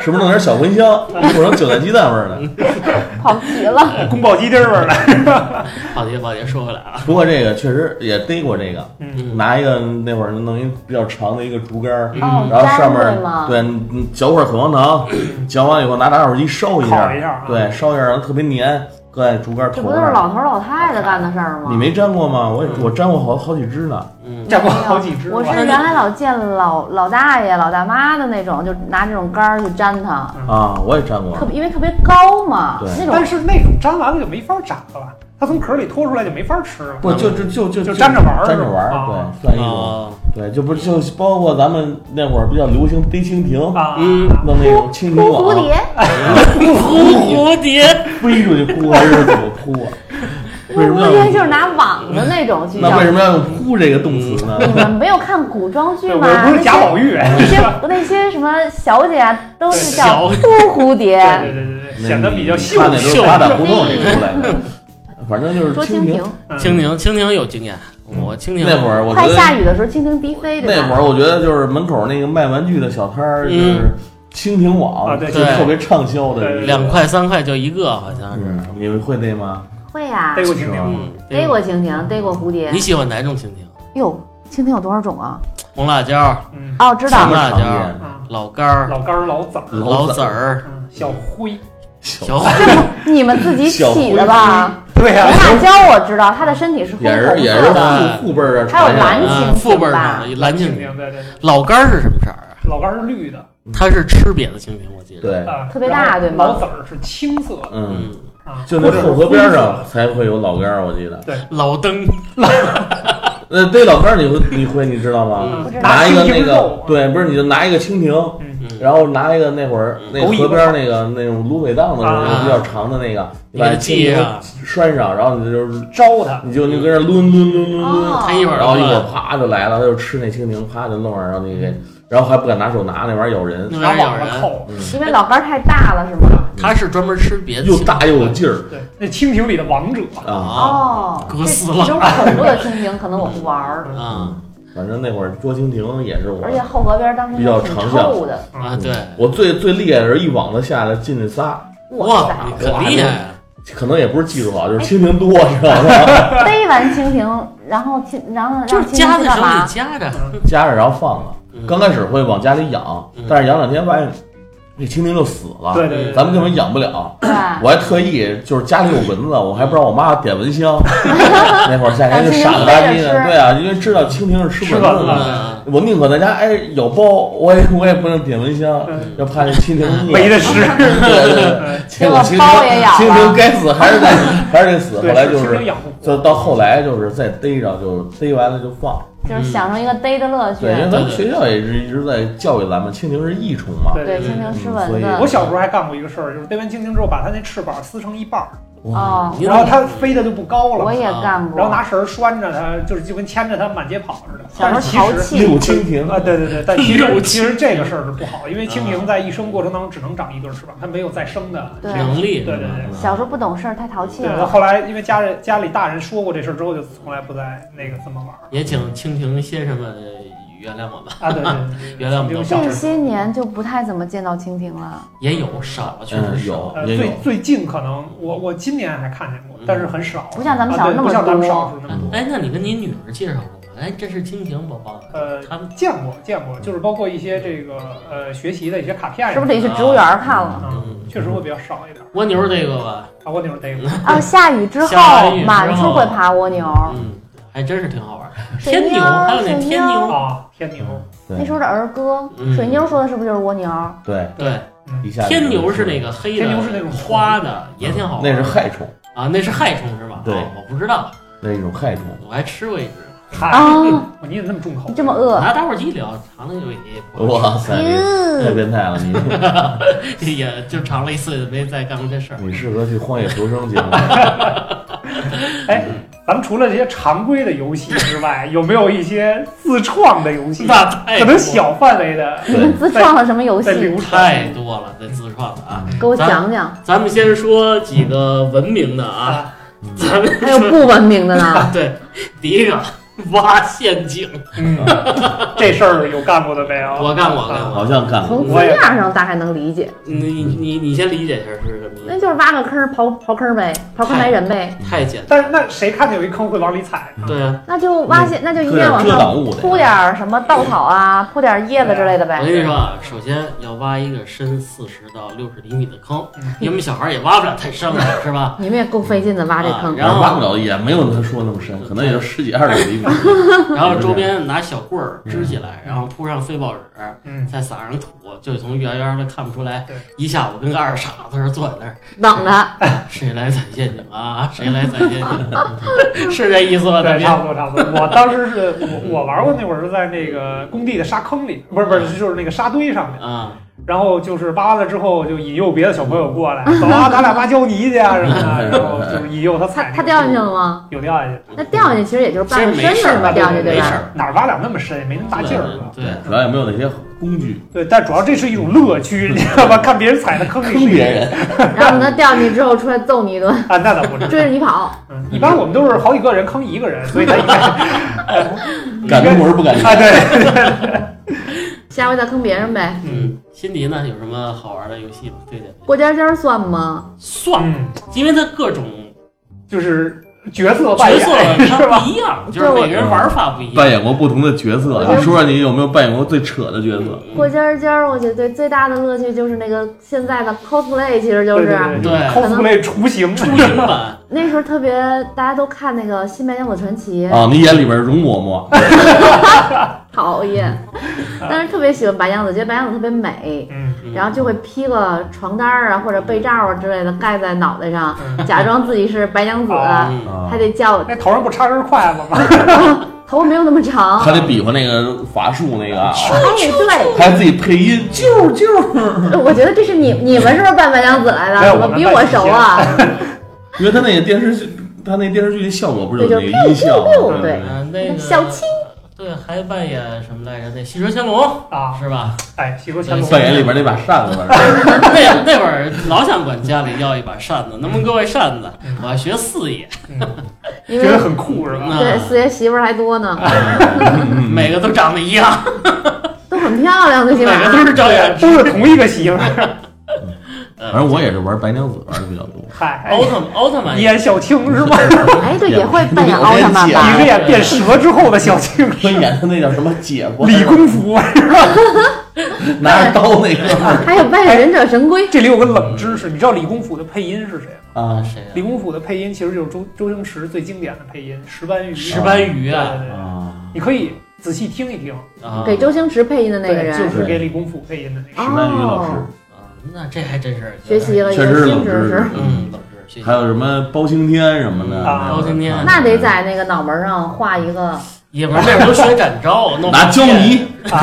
S3: 是不是弄点小茴香，弄成韭菜鸡蛋味儿的？
S4: 跑 题了。
S2: 宫保鸡丁味儿的。
S1: 保洁保洁说回来啊，
S3: 不过这个确实也逮过这个，
S2: 嗯，
S3: 拿一个那会儿弄一比较长的一个竹竿儿，
S4: 哦
S1: 嗯，
S3: 然后上
S4: 粘
S3: 面
S4: 会吗
S3: 对嗯你嚼块口香糖，嚼完以后拿打火机烧
S2: 烤一
S3: 一
S2: 下
S3: 下
S2: 啊，
S3: 对，烧一下，然后特别粘，搁在竹竿
S4: 这
S3: 头
S4: 不都是
S3: 上。
S4: 老头老太太干的事儿吗？
S3: 你没粘过吗？我也
S1: 嗯
S3: 我粘过好好几只呢。
S1: 嗯，
S2: 见过好几只吧。
S4: 我是原来老见老老大爷、老大妈的那种，就拿这种杆儿去粘它，
S3: 啊，我也粘过
S4: 特。别因为特别高嘛
S3: 对，
S4: 那种
S2: 但是那种粘完了就没法炸了，它从壳里脱出来就没法吃了。
S3: 不就就就就
S2: 就粘着玩儿
S3: 粘着玩
S2: 是吧
S3: 儿
S2: 啊，
S3: 对，算一种。
S1: 啊，
S3: 对，就不就包括咱们那会儿比较流行逮蜻蜓，
S2: 啊，
S1: 嗯
S3: 弄那种蜻蜓
S4: 扑蝴
S3: 网
S4: 蝶，
S1: 蝴蝴蝶，
S3: 飞出去扑还是怎么扑 啊？
S4: 扑
S3: 为什么要
S4: 蝴蝶就是
S3: 用？
S4: 拿网的那种去
S3: 那为什
S4: 钓。
S3: 么要用“扑”这个动词呢？
S4: 你们没有看古装剧
S2: 对，
S4: 吗？
S2: 我不是
S4: 那
S2: 贾
S4: 些
S2: 宝玉。
S4: 那些那些什么小姐啊，都是叫
S1: 小
S4: 扑蝴蝶。
S2: 对对对对对，显得比较秀
S3: 那你看那都
S1: 气
S3: 是
S1: 秀
S3: 八大胡同里出来的，反正就是
S4: 嗯说
S3: 蜻
S4: 蜻蜓，，
S1: 蜻蜓蜻蜓有经验，我蜻蜓
S3: 那会儿我觉
S4: 快
S3: 得
S4: 下雨的时候蜻蜓低飞，对
S3: 那会
S4: 吧？
S3: 儿我觉得就是门口那个卖玩具的小摊儿，就是蜻蜓
S2: 啊
S3: 网，
S2: 对
S3: 就特别畅销的一个。
S1: 两块三块就一个，好像是，
S3: 嗯，你们会那吗？
S4: 会呀
S2: 逮，过蜻
S3: 是
S2: 蜓，
S3: 吧？
S1: 嗯，
S4: 逮过蜻蜓，逮过蝴蝶
S1: 你。喜欢哪种蜻蜓？
S4: 哟，蜻蜓有多少种啊？
S1: 红辣椒、
S2: 嗯
S4: 哦，知道
S1: 什。么辣椒
S3: 常
S2: 啊，
S1: 老干儿、
S2: 老干儿老枣儿，
S3: 老
S1: 老
S3: 籽
S1: 籽儿、
S2: 嗯，小灰，
S3: 见
S1: 小
S4: 你们自己起的
S3: 啊
S4: 吧？
S2: 对
S4: 红辣椒我知道，它的身体是红
S3: 也
S4: 红色
S3: 是也是
S4: 的，
S3: 父父辈儿的
S4: 还有
S3: 传下来
S4: 蓝
S3: 的。
S1: 嗯，
S4: 蜻
S1: 父辈
S4: 蜓
S1: 儿
S4: 吧
S1: 上蓝蜻
S2: 蜻
S1: 蜓。
S2: 蜓，对对对，
S1: 老干儿是什么色儿啊？
S2: 老干儿是绿的
S1: 它是吃瘪的蜻蜓，我记得。
S3: 对，
S2: 啊，
S4: 特别大
S2: 然后
S4: 对吗
S2: 老籽儿是青色的
S1: 嗯，
S3: 嗯，
S2: 啊，
S3: 就那
S2: 或者是
S3: 后河边儿上
S2: 灰
S3: 才会有老干儿，我记得。
S1: 老登
S3: 那逮老干儿你会你会你知道吗？
S4: 不知
S2: 色的，
S4: 道
S3: 拿一个
S2: 蜻
S3: 那
S2: 蜓肉
S3: 个，对，不是你就拿一个蜻蜓，
S2: 嗯，
S3: 然后拿一个那会儿那
S2: 狗尾
S3: 河
S2: 巴
S3: 边儿那个那种芦苇荡的时候
S2: 啊
S3: 比较长的那个，啊
S1: 你给
S3: 你把
S1: 它系
S3: 蜻
S1: 上
S3: 蜓，拴上，然后你就是
S2: 招它，
S3: 你就你就跟那抡抡抡抡抡，
S4: 哦
S1: 它一会儿
S3: 然后一
S1: 就
S3: 口啪就来了，他就吃那蜻蜓，啪就弄上，然后你给，然后还不敢拿手拿，那玩意儿咬人，
S1: 那
S2: 拿
S1: 玩意儿咬
S2: 网上
S1: 人，
S2: 扣，
S3: 嗯，
S4: 因为老杆儿太大了，是吗？
S1: 它是专门吃别的蜻
S3: 又
S1: 蜓，
S3: 大又有劲儿
S2: 对，那蜻蜓里的王者，
S3: 嗯啊，
S1: 啊
S4: 哦，
S1: 割丝
S4: 这种恐怖的蜻蜓，可能我不玩儿。
S1: 啊
S3: 反正那会儿捉蜻蜓也是我
S4: 而，且后河边当时
S3: 比较
S4: 挺
S3: 长
S4: 臭的，
S1: 啊！对，
S3: 我最最厉害的是一网子下来进去仨，
S4: 哇
S1: 哇，
S4: 塞！
S1: 你可厉害啊！
S3: 可能也不是技术好，就是蜻蜓多，知道吗？
S4: 逮完蜻蜓，然后蜻，然后
S1: 就
S4: 让
S1: 是
S4: 蜻
S1: 夹
S4: 蜓
S1: 在
S4: 去干
S1: 手
S4: 嘛
S1: 里？夹着，
S2: 嗯
S3: 夹着然后放了，
S1: 嗯
S3: 刚开始会往家里养
S1: 嗯，
S3: 但是养两天发现那蜻蜓就死了，
S2: 对对对，
S3: 啊咱们根本养不了。
S4: 对，
S3: 我还特意就是家里有蚊子，我还不让我妈点蚊 香。那会儿夏天就傻了吧唧的，对啊，因为知道蜻蜓是吃
S2: 吃蚊
S3: 蚊子的
S2: 子，
S1: 嗯，
S3: 我宁可在家哎咬包，我也我也不能点蚊香
S2: 嗯，
S3: 要怕那蜻蜓饿。
S2: 没得吃，
S3: 对对对，结果蜻蜓
S4: 结果包也咬了
S3: 蜻蜓该死还是得还是得死。后
S2: 对，
S3: 来就
S2: 蜻蜓
S3: 是
S2: 养不
S3: 就
S2: 活，
S3: 到后来就是再逮着就逮完了就放。
S4: 就是享受一个逮的乐趣
S3: 对，。因为咱们
S1: 对
S3: 学校也是一直在教育咱们，蜻蜓是益虫嘛。
S2: 对
S4: 对，
S2: 对
S4: 蜻蜓吃蚊
S3: 嗯
S4: 子
S2: 我。小时候还干过一个事儿，就是逮完蜻蜓之后，把它那翅膀撕成一半儿，
S3: 哇，
S4: 哦，
S1: 你
S2: 然后它飞的就不高
S4: 我
S2: 了，
S4: 也干
S2: 然后
S4: 过。
S2: 拿绳儿拴着它，就是就跟牵着它满街跑似的。
S4: 小
S2: 但是
S4: 时
S2: 其
S4: 候淘
S2: 实
S4: 气
S3: 六蜻蜓
S2: 啊，对对对，但 其
S1: 六
S2: 实
S1: 七
S2: 其实这个事儿是不好，因为蜻
S1: 啊
S2: 蜓在一生过程当中只能长一对翅膀，它没有再生的。
S4: 对，啊
S1: 能力，嗯
S2: 对对对
S4: 小时候不懂事儿，太淘气
S2: 对，然后
S4: 了。
S2: 后来因为家人家里大人说过这事儿之后，就从来不再那个这么玩儿
S1: 也请蜻蜓先生们原谅我们，
S2: 啊。对 对对，
S1: 原谅我们
S2: 就
S1: 的
S2: 是小
S4: 这
S2: 时候
S4: 些年就不太怎么见到蜻蜓了。
S1: 也有少了，确
S3: 嗯
S1: 实
S3: 有
S2: 呃，
S3: 也
S2: 最最近可能我我今年还看见过
S1: 嗯，
S2: 但是很少，
S4: 不像咱
S2: 啊
S4: 们小时
S2: 对
S4: 候
S2: 不像
S4: 那
S2: 咱
S4: 么
S2: 们
S4: 多
S2: 小时。候那么多。
S1: 哎，那你跟你女儿介绍过吗？哎，这是蜻蜓，宝宝。
S2: 呃
S1: 他们
S2: 见过见过，就是包括一些这个呃学习的一些卡片，
S4: 是不是得去植物园看了？
S2: 啊？确实会比较少一点。
S1: 嗯蜗牛这个吧，
S2: 啊，蜗牛 逮过，
S4: 啊，下雨之
S1: 下
S4: 后
S1: 雨之后
S4: 满处会爬蜗牛，
S1: 嗯，还真是挺好玩儿。
S4: 水
S1: 天
S4: 妞
S1: 牛，还有
S4: 儿，水
S1: 那天
S4: 妞
S1: 牛
S4: 儿。
S2: 啊，天牛，
S4: 那时候的儿歌
S1: 嗯，
S4: 水妞说的是不是就是蜗牛？
S3: 对，
S1: 对，
S2: 嗯
S3: 一下
S1: 天牛是那个黑的，
S2: 天牛是那种
S1: 花的，也挺好玩
S3: 嗯那
S1: 儿。
S3: 是害虫，
S1: 啊，那是害虫是吧？
S3: 对
S1: 哦我不知道，
S3: 那是一种害虫。
S1: 我还吃过一只。
S2: 嗨，
S4: 啊，
S2: 你怎么那么重口
S4: 你？这么饿？
S1: 拿打火机聊，尝了有也不好
S3: 哇塞，太
S4: 哟，
S3: 变态了！你
S1: 吃， 也就尝
S2: 嗯
S1: 了一次，没再干过这事儿。
S3: 你适合去荒野求生节目。
S2: 哎，咱们除了这些常规的游戏 之外，有没有一些自创的游戏？
S1: 那太
S2: 可能小范围的
S4: 你们自创了什么游
S2: 在流
S4: 戏？
S1: 太
S2: 传。
S1: 多了，这自创的
S3: 嗯
S1: 啊。
S4: 给我讲讲，
S1: 咱们先说几个文明的啊，咱们
S4: 还有不文明的 呢？
S1: 对第一个挖陷阱，
S2: 嗯， 这事儿有干过的没有？
S1: 我干过我干过
S3: 好像干过。
S4: 从字面上大概能理解，
S1: 你你你你先理解一下是什么
S4: 那
S1: 意思？
S4: 就是挖个坑儿刨刨坑儿呗，刨坑埋人呗，
S1: 太简
S2: 但是那谁看见有一坑会往里踩呢？
S1: 单，对啊。
S4: 那就挖些，那就一定要往
S3: 遮
S4: 上
S3: 挡物
S4: 铺
S3: 的，
S4: 点儿什么稻草啊，铺点儿叶子之类的
S2: 嗯
S1: 我
S4: 呗。
S1: 跟你说啊，首先要挖一个深四十到六十厘米的坑
S2: 嗯，
S1: 你们小孩也挖不了太深 了，是吧？
S4: 你们也够费劲的挖这坑
S1: 啊，然后
S3: 挖不了，也没有他说那么深，可能也就十几二十 厘米。
S1: 然后周边拿小棍儿支起来，然后铺上碎报纸，
S2: 嗯，
S1: 再撒上土，就从远远的看不出来
S2: 对。
S1: 一下午跟个二傻子似的坐在那儿，
S4: 等着。
S1: 谁来踩陷阱 啊？谁来踩陷阱？ 是这意思吧，大
S2: 对，差
S1: 兵？
S2: 不多差不多。我当时是我我玩过那会儿是在那个工地的沙坑里，不是不是，就是那个沙堆上面。
S1: 啊，
S2: 然后就是挖完了之后，就引诱别的小朋友 过来，走啊，咱俩挖胶泥去啊什么的。然后就是引诱他
S4: 他
S2: 踩那个。
S4: 他掉进去了吗？
S2: 有掉下去，
S4: 那掉进去其实也就是
S1: 其
S4: 半
S1: 实
S4: 个
S1: 没
S4: 身
S1: 事
S4: 子
S1: 儿
S4: 嘛，掉进去
S1: 没
S4: 对
S1: 事
S4: 吧？
S1: 儿，
S2: 哪儿挖了那么深，没那么大劲儿嗯是吧。
S1: 对对，
S3: 主要也没有那些工 具
S2: 对，但主要这是一种乐 趣，你知道吧？看别人踩的坑里
S3: 坑别人，
S4: 然后等他掉进去之后出来揍你一顿，
S2: 啊，那倒不
S4: 追
S2: 是。
S4: 着你跑。
S2: 嗯一般我们都是好几个人坑一个人，所以他应 该
S1: 嗯
S3: 敢出门不敢
S2: 啊，对，
S4: 下回再坑别人呗。
S2: 嗯
S1: 嗯，辛迪呢有什么好玩的游戏吗？推荐
S4: 过家家算吗？
S1: 算，
S2: 嗯
S1: 因为它各种
S2: 就是角色扮
S1: 角色
S2: 演是
S1: 它
S2: 吧？
S1: 不一样，就是每个人玩法不一
S3: 扮
S1: 样。
S3: 演过不同的角色。你说说你有没有扮演过最扯的角色？
S1: 嗯
S4: 过家家，我觉得最最大的乐趣就是那个现在的 cosplay，其实就
S2: 对
S4: 是
S2: 对
S1: 对
S2: cosplay 雏形，
S1: 出行 版，
S4: 那时候特别大家都看那个《新白娘子传奇》，
S1: 哦
S3: 啊，你演里边容嬷嬷，
S4: 讨厌，但是特别喜欢白娘子，觉得白娘子特别美。
S2: 嗯
S1: 嗯
S4: 然后就会披个床单儿啊，或者被罩啊之类的盖在脑袋上，
S2: 嗯，
S4: 假装自己是白娘子，
S2: 哦
S1: 嗯
S3: 啊
S4: 还得叫
S2: 那头上不插根筷子 吗？
S4: 头没有那么
S2: 哦
S4: 长。
S3: 还得比划那个法术那个啊，
S4: 哎，对，
S3: 还自己配音，啾啾。
S4: 我觉得这是你你们是不是扮白娘子来
S2: 没
S4: 的？
S2: 有
S4: 怎么比我熟啊？
S3: 因为他那个电视剧，他那电视剧的效果不是有那个音效
S4: 对就是
S3: 吗？
S4: 对
S1: 嗯，那个
S4: 小青，
S1: 对，还扮演什么来着？那《戏说乾隆
S2: 啊》，
S1: 是吧？
S2: 哎，戏说乾隆，
S3: 扮演里边那把扇 子，
S1: 那 那会儿老想管家里要一把扇子，能不能给我一扇子？我要学四爷，
S2: 嗯
S4: 因
S2: 觉得
S4: 为
S2: 很哎酷是吧？
S4: 对四爷媳妇儿还多呢，
S3: 嗯
S1: 每个都长得一样，
S4: 都很漂亮，最起
S1: 每
S2: 哎
S1: 个
S4: 码。
S1: 都是赵
S2: 对
S1: 雅，芝。
S2: 都是同一个媳妇儿。
S3: 反正我也是玩白娘子玩的比 较多。
S2: 嗨，哎
S1: 奥特曼，奥特曼
S2: 你演小青 是吧？
S4: 哎，对，也会扮演奥特曼
S2: 你
S4: 吧
S2: 是？演变蛇之后的小青，
S3: 他演的那叫什么姐夫，
S2: 理工服。
S3: 拿着刀那 个
S4: 还有扮演忍者神龟，
S2: 这里有个冷知识，你知道理工府的配音是谁
S1: 啊，
S2: 吗？
S3: 啊，
S1: 谁呀
S2: 理工府的配音其实就是周周星驰最经典的配音石斑鱼。
S1: 石斑鱼
S2: 对
S1: 啊
S2: 对对，
S3: 啊，
S2: 你可以仔细听一听，
S1: 啊，
S4: 给周星驰配音的那个
S2: 对，就
S4: 人，
S2: 是给理工府配音的那个。
S3: 石斑鱼老师，
S1: 啊，那这还真是
S4: 学习，了一
S3: 确实
S4: 个
S3: 是
S4: 新
S3: 冷
S4: 知
S3: 知
S4: 识
S3: 识。
S1: 嗯，老师学习
S3: 还有什么包青天什么的，
S2: 啊
S1: 包青天
S4: 那得在那个脑门上画一个
S1: 也不是那时候学展招，弄
S3: 拿胶 泥
S2: 啊，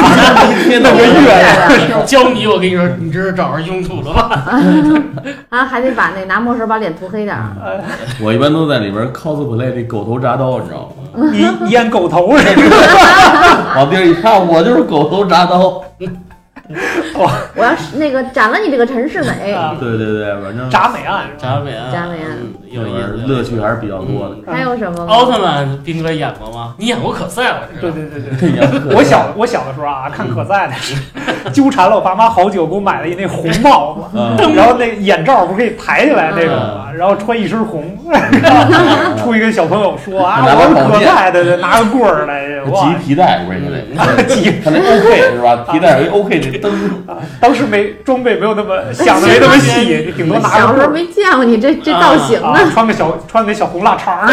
S3: 贴
S2: 那个
S3: 那个
S2: 月亮
S1: 胶泥，我跟你说，你这是找着用处了吧？
S4: 啊，还得把那拿墨水把脸涂黑点儿。
S3: 我一般都在里边 cosplay 那狗头铡刀，你知道吗？
S2: 你啊你演狗头是
S1: 嗯
S2: 吧？
S3: 往地上一趴，我就是狗头铡刀。
S4: 我要是那个斩了你这个陈世美，
S2: 啊
S3: 对对对，反正
S2: 铡美案是吧？
S1: 铡美啊，
S4: 铡美啊
S1: 嗯有
S3: 那玩
S1: 意
S3: 意儿
S1: 思，
S3: 乐趣还是比较多 的。
S1: 嗯
S4: 还有什么
S1: 奥
S4: 吗？
S1: 特曼，斌哥演过吗？你演过可赛，我知道。
S2: 对对对对。
S3: 这 也可
S2: 我小我小的时候啊，看可赛的时
S1: 嗯
S2: 候，纠缠了我爸妈好久，给我买了一那红帽子，
S3: 嗯
S2: 然后那眼罩不是可以抬起来那种
S1: 嗯
S2: 吗？然后穿一身红， 出去跟小朋友说啊，
S3: 拿把
S2: 我是
S3: 宝
S2: 可
S3: 剑
S2: 赛的，对拿个棍 儿来，
S3: 系
S2: 哇，
S3: 皮带，我也得。
S2: 急！
S3: 他那 OK 是 吧？皮带有一 OK 的灯，
S2: 当时没装备没有那么想的没那么细，顶多拿
S4: 小
S2: 个
S4: 时
S2: 棍
S4: 候
S2: 儿
S4: 没见过你这这造型呢，
S2: 啊，穿个小穿个小红腊肠儿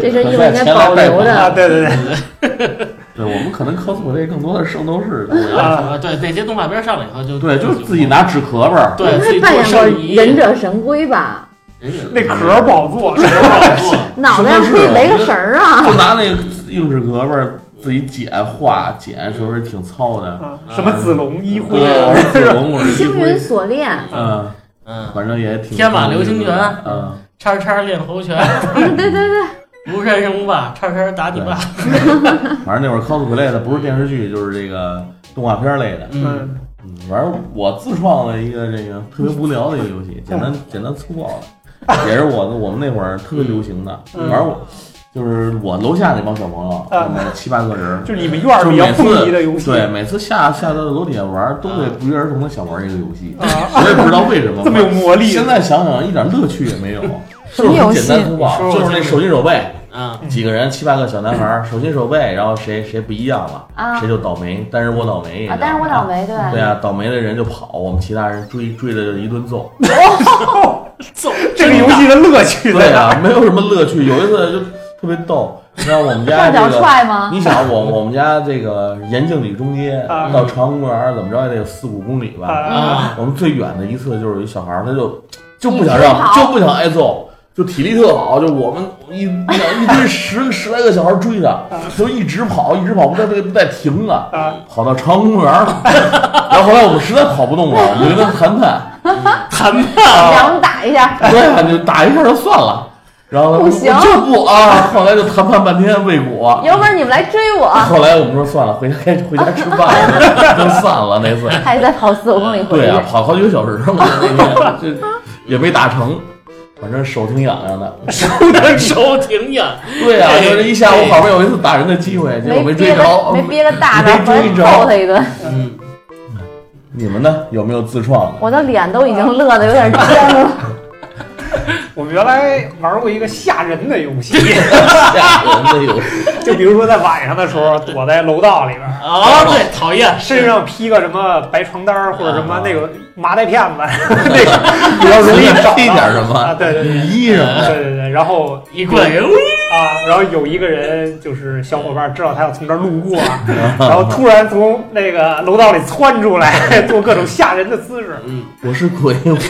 S4: 这身衣服应该保留
S2: 啊，
S4: 着。
S2: 对对对，
S3: 对我们可能 cosplay 更多的圣斗士的， 我觉得
S2: 啊
S1: 啊，对，那些动画片上了以后就
S3: 对，就是自己拿纸壳儿吧，
S1: 对
S4: 你
S1: 自己
S4: 会扮
S1: 做
S4: 演过
S1: 圣衣，
S4: 忍者神龟吧？
S1: 忍者
S2: 那壳儿不好做，是吧
S1: 不
S4: 脑袋上可以勒个绳儿啊！
S3: 就拿那个硬纸壳儿自己剪画剪，是不是挺糙的？
S2: 啊什么子龙 一辉，
S3: 我是子龙，我是一
S4: 星云
S3: 辉，
S4: 锁链，
S3: 嗯，
S1: 嗯，
S3: 反正也挺。
S1: 天马流星拳
S3: 嗯，
S1: 叉叉练猴拳，
S4: 对对对，
S1: 庐山生霸，叉叉打你爸。
S3: 嗯反正那会儿 cosplay 的不是电视剧就是这个动画片类的。
S1: 嗯，
S3: 嗯，反正我自创了一个这个特别无聊的一个游
S2: 嗯
S3: 戏，简单简单粗暴的，也是我我们那会儿特别流行的。
S2: 嗯
S3: 反正我就是我楼下那帮小朋友，
S2: 啊
S3: 我们七八个 人，
S2: 就是你们院儿比较风靡的游戏。
S3: 对，每次下下到楼底下玩儿，都会不约而同的想玩这个游戏。
S2: 啊，
S3: 我也不知道为什 么，
S2: 这么有魔力。
S3: 现在想想一点乐趣也 没有，
S5: 什
S3: 就是
S5: 么
S3: 很
S5: 游
S3: 简
S5: 戏
S3: 单粗暴，
S1: 你说说
S3: 就是那手心手背，
S1: 啊，
S2: 嗯
S3: 几个人七八个小男孩儿手心手背，然后谁谁不一样了，
S4: 啊
S3: 谁就倒霉。但是我倒霉，
S4: 啊，但是我倒。霉，对吧
S3: 对？啊，倒霉的人就跑，我们其他人追追着就一顿揍。
S1: 揍
S2: 这个游戏的乐趣
S3: 对
S2: 在哪？
S3: 啊，没有什么乐趣。有一次就特别逗，你知道我们家
S4: 上脚
S3: 这个，
S4: 踹吗？
S3: 你想我我们家这个延庆里中街
S2: 啊
S3: 到长安公园儿怎么着也得有四五公里吧？
S1: 啊，
S3: 我们最远的一次就是有一小孩儿，他就就不想让
S4: 一直，跑
S3: 就不想挨揍，就体力特好，就我们一一堆十个十来个小孩儿追他，就一直跑，一直跑，不带不带不带停的，
S2: 啊，
S3: 跑到长安公园了。 然后后来我们实在跑不动了，我们就跟他谈判，
S1: 谈判
S4: 想打一下，
S3: 对啊，你就打一下就算了。然后他
S4: 不
S3: 说
S4: 行
S3: 我就不啊，后来就谈判半天未果。
S4: 有本事你们来追我！
S3: 后来我们说算了，回家 该回家吃饭了， 就散了那次。
S4: 还得跑四五公里回
S3: 对
S4: 去
S3: 啊，，跑好几个小时了，那天这也没打成，反正手挺痒痒的。
S1: 手挺痒。
S3: 对啊，就是一下午好不容易有一次打人的机会，结果
S4: 没
S3: 追
S4: 憋
S3: 着
S4: 着，。没憋着大
S3: 没
S4: 的，
S3: 追
S4: 回
S3: 着
S4: 来揍他一顿。
S1: 嗯，
S3: 你们呢？有没有自创的？
S4: 我的脸都已经乐得有点僵了。
S2: 我们原来玩过一个吓人的游戏，
S3: 吓人的 游戏，
S2: 就比如说在晚上的时候躲在楼道里边儿，
S1: 啊，对，讨厌，
S2: 身上披个什么白床单儿或者什么那个麻袋片子， 那个
S3: 比较
S2: 容易 找到
S3: 一点什
S2: 啊，
S3: 么
S2: 对对
S3: 雨
S2: 对。
S3: 衣什
S2: 对
S3: 么的。
S2: 对对，然后
S1: 一棍人，
S2: 啊，然后有一个人就是小伙伴知道他要从这儿路 过，然后突然从那个楼道里窜出 来，做各种吓人的姿势，
S1: 嗯，
S3: 我是鬼，我是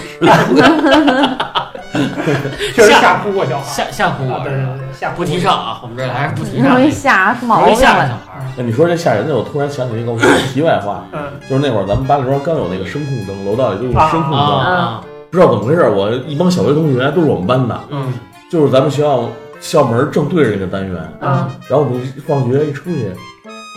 S2: 确实吓哭过小孩。
S1: 吓吓唬
S2: 啊，
S1: 我，
S2: 对对对，吓哭
S1: 不提倡啊，我们这儿还是不提倡
S4: 容，易吓出毛
S1: 容易
S4: 病
S1: 吓着小
S4: 来。
S1: 孩儿。
S3: 哎你说这吓人的，我突然想起一个题外话，
S2: 嗯
S3: 就是那会儿咱们八里庄刚有那个声控灯，楼道里都有声控
S1: 啊
S3: 灯，
S1: 啊，
S3: 不知道怎么回事，我一帮小学同学都是我们班的，
S1: 嗯
S3: 就是咱们学校校门正对着那个单元，
S4: 嗯
S1: 啊，
S3: 然后我们一放学一出去，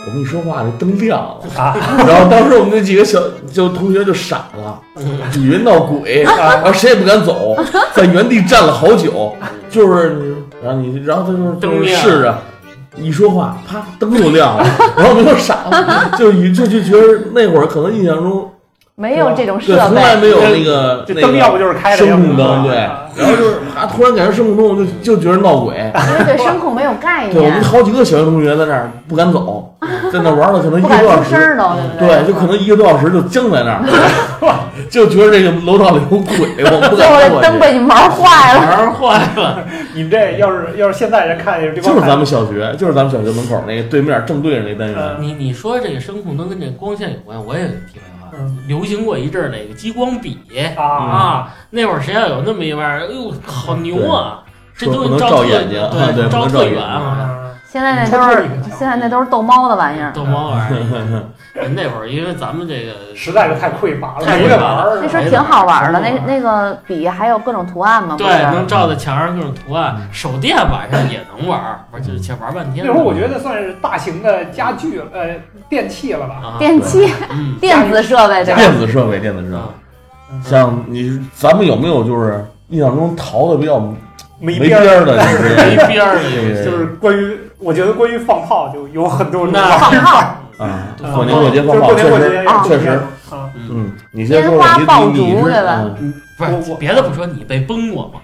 S3: 我们一说话，那灯 亮了，
S2: 啊
S3: 然后当时我们那几个小就同学就傻了，
S1: 嗯
S3: 以为闹鬼，然后谁也不敢走，在原地站了好 久，就是然后你，然后他就是
S1: 灯
S3: 就是
S1: 亮
S3: 试着。一说话，啪，灯就亮了，然后我们就傻了，就以就就觉得那会儿可能印象中，
S4: 没有这种
S3: 对，
S4: 设
S3: 从来
S4: 备，
S3: 没有那个
S2: 这
S3: 那
S2: 灯
S3: 个
S2: 要不就是开着，要
S3: 声
S2: 不
S3: 控灯，对，
S2: 啊
S3: 然后就是啊，突然感觉声控灯，我就就觉得闹鬼，
S4: 因为对声控没有概
S3: 对，我们
S4: 念，
S3: 好几个小学同学在那儿不敢 走，在那儿玩了可能一
S4: 不
S3: 个
S4: 敢
S3: 多小
S4: 出声
S3: 时，
S4: 儿都，对不
S3: 对，就可能一个多小时就僵在那儿， 就觉得这个楼道里有鬼，我不
S4: 最后
S3: 敢
S4: 这
S3: 过
S4: 灯
S3: 去。
S4: 被你玩坏了。
S1: 玩坏了，
S2: 你们这要是要是现在人看见这帮
S3: 就是
S2: 孩
S3: 咱
S2: 子
S3: 们小学，就是咱们小学门口那个对面正对着那单
S2: 嗯
S3: 元，
S1: 你你说这个声控灯跟这光线有关，我也有题外话
S2: 嗯，
S1: 流行过一阵儿那个激光笔
S2: 啊，
S1: 啊，那会儿谁要有那么一玩意儿，哎呦，好牛啊！这
S3: 说
S1: 东西
S3: 不能
S1: 照
S3: 照
S1: 特
S3: 眼睛，啊对，
S1: 对，
S3: 不
S1: 照
S3: 能
S1: 特
S3: 眼
S1: 远，好像
S2: 啊
S4: 现在那都是现在那都是逗猫的玩意儿。
S1: 逗猫玩意儿。
S3: 睛。
S1: 那会儿因为咱们这个
S2: 实在是太匮乏了，
S1: 太
S2: 没
S1: 匮
S2: 得
S1: 乏
S2: 玩
S1: 了
S2: 儿
S4: 那
S2: 了
S4: 时候挺好玩的，那那个笔还有各种图案嘛，不
S1: 对
S4: 是？
S1: 能照在墙上各种图案，手电晚上也能玩儿，玩就是且玩半天。
S2: 那时候我觉得算是大型的家具了呃电器了吧，
S1: 啊，
S4: 电器、
S1: 嗯
S4: 电子设备，对吧？啊
S3: 电子设备，电子设备，像你，咱们有没有就是印象中淘的比较
S2: 没
S3: 边
S2: 边儿，
S3: 的，就是
S1: 没 边儿的游戏，
S3: 这
S2: 就
S3: 个
S2: 是关于我觉得关于放炮就有很多人
S1: 那
S2: 玩儿
S4: 放炮、
S3: 啊，
S1: 对
S3: 过年过节
S2: 就
S3: 放
S2: 是
S3: 炮
S2: 过
S3: 确
S2: 年过
S3: 实，
S2: 节
S4: 啊
S3: 确实
S2: 啊，
S3: 嗯，你先说
S4: 烟花爆
S3: 说你
S4: 竹
S3: 你你是
S4: 对吧
S3: 嗯
S1: 不是
S2: 我
S1: 别的不说，你被崩过吗？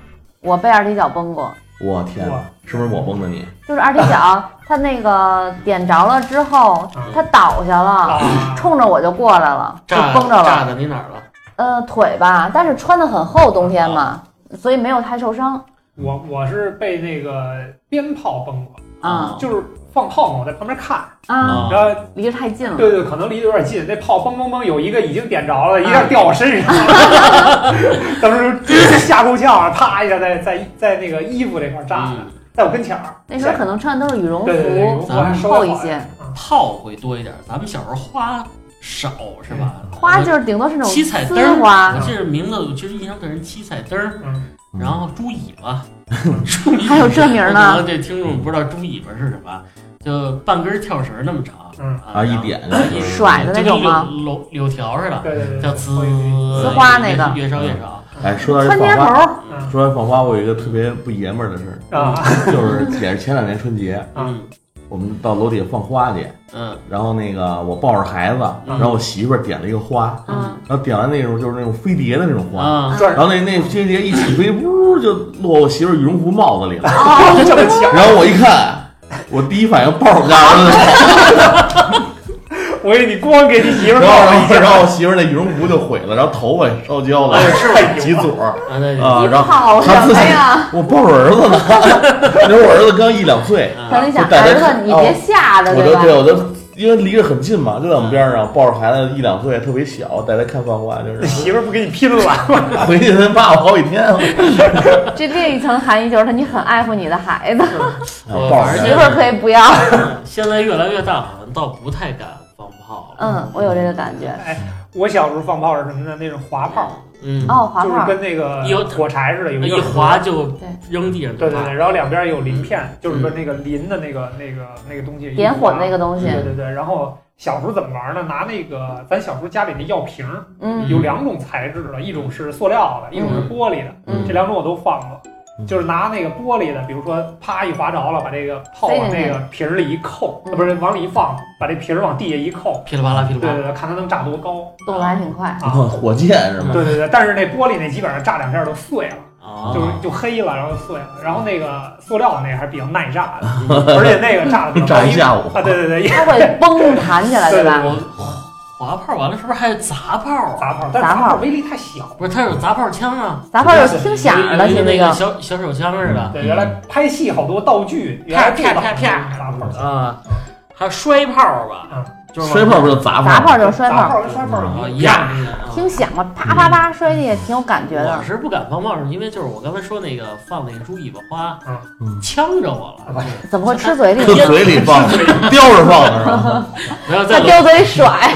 S4: 我被二踢脚崩过，
S3: 我天
S2: 哇，
S3: 是不是我崩的你？
S4: 就是二踢脚，它那个点着了之后，它倒下了，
S2: 嗯啊
S4: 冲着我就过来了，就
S1: 炸
S4: 崩着
S1: 炸
S4: 了，
S1: 在你哪儿了？
S4: 呃，腿吧，但是穿的很厚，冬天
S2: 啊
S4: 嘛，所以没有太受伤
S2: 我我是被那个鞭炮崩过，
S4: 啊
S2: 就是放炮嘛，我在旁边看，
S4: 啊，
S3: 嗯
S1: 啊
S2: 然后
S4: 离得太近了，
S2: 对对，可能离得有点近，那炮嘣嘣嘣，有一个已经点着了，一下掉我身上 了，当时就吓够呛，啪一下在在在那个衣服这块儿炸的，
S1: 嗯
S2: 在我跟前儿。
S4: 那时候可能穿的都是羽绒
S2: 对对对，羽绒
S4: 服，
S2: 服还稍微
S4: 厚一
S2: 好点
S4: 些
S2: 儿。
S1: 炮会多一点儿。咱们小时候花少是吧？
S3: 嗯
S4: 花就是顶多是那种
S1: 七彩灯
S4: 丝
S1: 儿
S2: 啊
S4: 花，
S1: 我记得名字，我其实印象特深，七彩灯儿，
S2: 嗯
S1: 然后猪尾巴，猪尾巴
S4: 还有这名儿呢
S1: 可能这听众不知道猪尾巴是什么，就半根儿跳绳儿那么长
S2: 嗯，
S3: 啊，一点
S1: 然后
S4: 哎
S1: 一点
S4: 甩的那种吗
S1: 就跟柳柳柳条似的，
S2: 对对对，
S1: 叫呲
S4: 呲花那个
S1: 越越烧越少。
S3: 哎，说到这
S4: 窜街
S3: 放
S4: 头
S3: 花，
S4: 儿，
S2: 嗯
S3: 说到放花，我有一个特别不爷们儿的事儿，
S2: 啊
S3: 就是也是前两年春节，
S2: 啊
S1: 嗯
S3: 我们到楼底下放花去，
S1: 嗯
S3: 然后那个我抱着孩子，然后我媳妇儿点了一个花，
S4: 嗯，
S3: 然后点完那种就是那种飞碟的那种花，
S1: 啊，
S2: 转
S3: 然后那那飞碟一起飞，呜就落我媳妇儿羽绒服帽子里了，
S4: 哦，
S2: 这么巧，
S3: 然后我一看，我第一反应抱着我家儿子跑，
S2: 我以为你光给你媳妇
S3: 然
S2: 儿
S3: 后
S2: 报了一
S3: 然后然后我媳妇儿那羽绒服就毁了，然后头发也烧焦了，几撮儿
S1: 啊对对
S3: 啊，
S4: 你
S3: 然后
S4: 跑
S3: 他
S4: 什
S3: 自
S4: 么
S3: 己
S2: 啊
S4: 呀？
S3: 我抱着儿子呢， 那时候我儿子刚一两岁，
S4: 可能
S1: 啊
S4: 你想
S3: 我带他
S4: 儿
S3: 看
S4: 子，你
S3: 哦
S4: 别吓着
S3: 我就
S4: 吧？
S3: 对我就因为离着很近嘛，就在我们边上，抱着孩子一两岁，特别小，带他看放花，就
S2: 个，
S3: 是
S2: 媳妇儿不跟你拼了，
S3: 回去他骂我好几天，啊
S4: 这另一层含义就是他，你很爱护你的孩子，
S1: 我
S3: 抱
S1: 反
S3: 着孩
S1: 正
S4: 媳
S3: 子
S4: 妇儿可以不要。
S1: 现在越来越大，好像倒不太敢放炮了。
S4: 嗯，我有这个感觉。
S2: 我小时候放炮是什么呢？那种滑炮，
S1: 嗯，
S4: 哦，滑
S2: 就是
S4: 炮，
S2: 跟那个火柴似的，有
S1: 一
S2: 个
S1: 滑。就扔地上就
S2: 对对
S1: 怕
S2: 对，。然后两边有鳞片，就是说那个磷的那个那个那个东西，
S4: 点火的那个东西，
S2: 对对对，然后小时候怎么玩呢？拿那个咱小时候家里那药瓶儿，
S4: 嗯
S2: 有两种材质的，一种是塑料的，一种是玻璃的。
S4: 嗯
S2: 这两种我都放过，
S3: 嗯
S2: 就是拿那个玻璃的，比如说啪一划着了，把这个炮往那个瓶儿里一扣，
S4: 嗯
S2: 啊不是往里一放，把这瓶儿往地下一扣，
S1: 噼里啪啦，噼里
S2: 对
S1: 啪
S2: 对
S1: 啦，
S2: 对，看它能炸多高。
S4: 动的还挺快。
S3: 啊火箭是吗？
S2: 对对对，但是那玻璃那基本上炸两下就碎了，
S1: 啊，
S2: 就是就黑了，然后碎了。然后那个塑料的那个还是比较耐炸 的， 而且那个炸的比较
S3: 炸一
S2: 高
S3: 下午
S2: 啊，对对对，
S4: 它会嘣弹起来，
S2: 对
S4: 吧？
S1: 我滑炮完了，是不是还有砸炮啊？
S2: 砸炮，但是
S4: 砸
S2: 砸
S4: 炮
S2: 炮威力太小。
S1: 不是，它有砸炮枪啊，
S4: 砸炮有听响儿
S1: 有
S4: 的，其
S1: 一个
S4: 实
S1: 那
S4: 那
S1: 个
S4: 个
S1: 小小手枪似的
S2: 对，原来拍戏好多道具，原来
S1: 啪啪啪啪
S2: 砸炮儿。
S1: 啊，还有摔炮吧
S2: 嗯，
S1: 就是
S3: 摔炮不就砸
S4: 砸
S3: 炮？
S4: 炮就是摔
S2: 砸
S4: 炮，
S2: 炮跟摔炮
S1: 啊
S2: 一
S1: 一
S2: 样。
S1: 样的啊。
S4: 听响了，啪啪啪摔地也挺有感觉
S1: 我
S4: 的。
S1: 是不敢放炮，是因为就是我刚才说那个放那个猪尾巴花
S3: 嗯，
S1: 呛着我了，
S4: 怎么会吃嘴里
S3: 搁？嘴里放，叼着放的是吧？
S1: 不要
S4: 他
S1: 在
S4: 叼嘴里甩，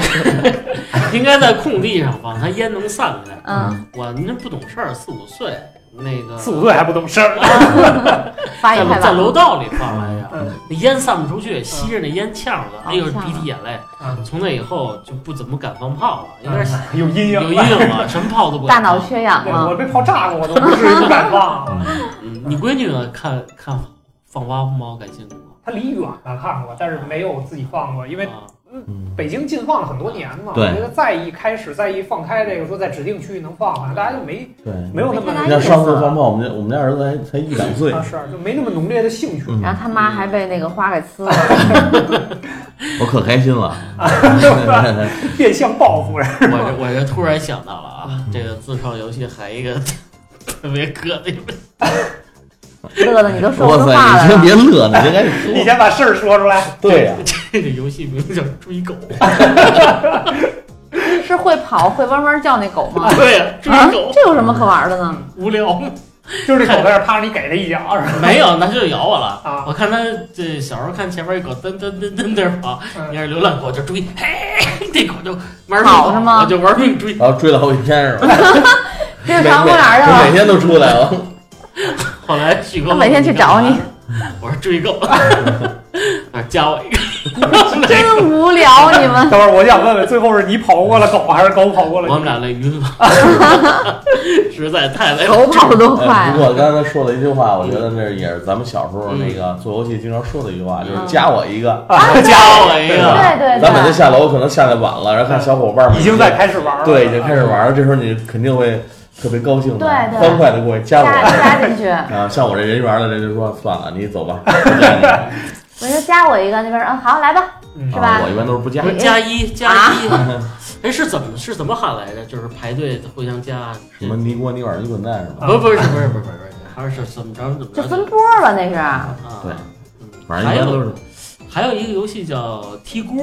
S1: 应该在空地上放，它烟能散开。
S4: 嗯，
S1: 我那不懂事儿，四五岁那个
S2: 四五岁还不懂事儿，
S4: 发
S1: 在
S4: 育太
S1: 在
S4: 晚
S1: 楼
S4: 了。
S1: 道里放
S3: 哎
S1: 来着，
S2: 嗯
S1: 那烟散不出去，吸着那烟呛着，
S4: 嗯
S1: 哎呦
S4: 呛着
S1: 鼻涕眼泪。
S2: 嗯
S1: 从那以后就不怎么敢放炮了，有点
S2: 嗯 有阴影
S1: 有
S2: 了。
S1: 阴影了，什么炮都不
S4: 大
S1: 敢
S4: 脑
S1: 放。
S4: 缺氧
S2: 对
S4: 了
S2: 我，被炮炸过，我都不至于不敢忘。
S1: 嗯你闺女呢？看看放花猫感兴趣吗？
S2: 他离远了看过，但是没有自己放过，因为
S1: 啊
S3: 嗯
S2: 北京禁放了很多年嘛。
S3: 对
S2: 我觉得再一开始再一放开这个说在指定区域能放，好像大家就没
S3: 对，
S2: 没有那么
S4: 没
S3: 人家上次放炮，我们家我们家儿子才才一两岁
S2: 啊，是就没那么浓烈的兴趣。
S3: 嗯
S4: 然后他妈还被那个花给呲了。
S3: 我可开心了。
S2: 变相报复人，
S1: 我这我这突然想到了
S2: 嗯
S1: 啊，这个自创游戏还一个特别膈应的，
S4: 乐的你都 说
S3: 哇
S4: 不出话
S3: 塞，
S4: 来
S3: 你先
S4: 了。
S3: 别乐，你先赶紧
S2: 你
S3: 说。
S2: 先把事儿说出来。
S3: 对呀，
S1: 这个游戏名叫追狗。
S4: 是会跑会汪汪叫那狗吗？
S2: 哎
S1: 对呀，追
S4: 啊
S1: 狗，
S4: 这有什么可玩的呢？
S1: 无 聊。
S2: 就是这狗在这儿趴着，你给它一脚是吧？
S1: 没有，那就咬我了。
S2: 啊
S1: 我看他这小时候看前面一狗噔噔噔噔噔跑，你
S2: 嗯
S1: 要是流浪狗就追，嘿，这狗就玩命
S4: 跑是吗
S1: 我就玩命追。
S3: 然后追了好几天是吧？
S4: 这
S3: 每
S4: 是长公园去
S3: 每每
S4: 了，
S3: 天都出来 了。
S1: 后来旭哥
S4: 他每天去找你
S1: 问我干嘛呢，我说追狗， 我说加我一个。
S4: 真无聊你们。
S2: 等会儿我想问问，最后是你跑过了狗，还是狗跑 过了
S3: 嗯
S1: 我们
S2: 你？
S1: 俩累晕了， 实在太累了。
S4: 狗跑得多
S3: 哎，
S4: 快
S3: 不
S4: 啊！
S3: 过刚才说了一句话，我觉得那也是咱们小时候那个做游戏经常说的一句
S4: 嗯
S3: 话，就是加我一个。
S1: 加我
S3: 哎
S1: 一个。
S4: 啊对对
S3: 啊咱每次
S4: 对，
S3: 下楼可能下的晚了，然后看小伙伴们
S2: 已经在开始玩了，嗯
S3: 对已经开始玩了，这时候你肯定会特别高兴的，
S4: 对对
S3: 欢快的过去加
S4: 加
S3: 我。
S4: 加进去。
S3: 啊，像我这人缘的人就说算了，你走 吧，不加你了
S4: 我说加我一个，那边说嗯好来吧，
S2: 嗯
S4: 是吧
S3: 啊我一般都是不加
S1: 我。说加一加
S4: 啊
S1: 一，哎是怎么是怎么喊来着？就是排队互相加，啊
S3: 什么尼锅尼碗你滚蛋是吧？
S1: 不不是不是不是不是，还是怎么着怎么着
S4: 就
S3: 啊
S4: 分波吧那是。
S1: 啊
S3: 对
S1: 嗯
S3: 反正
S1: 还
S3: 一般
S1: 有
S3: 都是
S1: 还有一个游戏叫踢锅，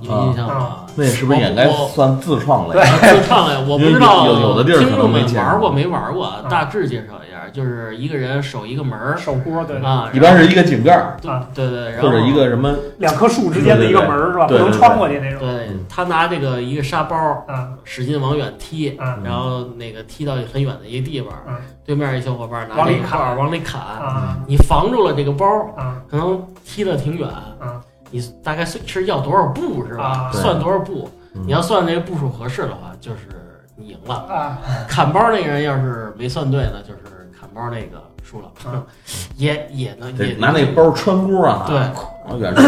S1: 有印象
S2: 啊
S1: 吗？
S3: 那是不是也该
S1: 我
S3: 算自创类
S2: 对？
S1: 自创类，我不知道
S3: 有有有的地儿
S1: 听
S3: 可
S1: 众
S3: 能没
S1: 们
S3: 见
S1: 玩
S3: 过
S1: 过没玩过，
S2: 啊
S1: 大致介绍一下，就是一个人守一个门儿
S2: 手锅对，
S1: 啊，
S3: 一般是一个井盖儿
S1: 然后对对对，然后
S3: 或者一个什么，
S2: 两棵树之间的一个门儿是吧？不
S3: 对对对
S2: 能穿过去那种。
S1: 对
S3: 嗯
S1: 他拿这个一个沙包
S2: 啊
S1: 使劲往远踢，
S3: 嗯
S2: 啊
S1: 然后那个踢到很远的一个地方
S2: 嗯，
S1: 对面一小伙伴拿
S2: 往里
S1: 这个
S2: 砍
S1: 包往里砍，
S2: 啊
S1: 你防住了这个包，
S2: 啊
S1: 可能踢得挺远
S2: 嗯，
S1: 你大概是是要多少步是吧
S2: 啊？
S3: 对
S1: 算多少步？
S3: 嗯
S1: 你要算这个步数合适的话，就是你赢了。
S2: 啊！
S1: 砍包那个人要是没算对呢，就是砍包那个输了
S2: 嗯，
S1: 也也能
S3: 得
S1: 也
S3: 拿那包穿锅啊，
S1: 对，
S3: 往远处。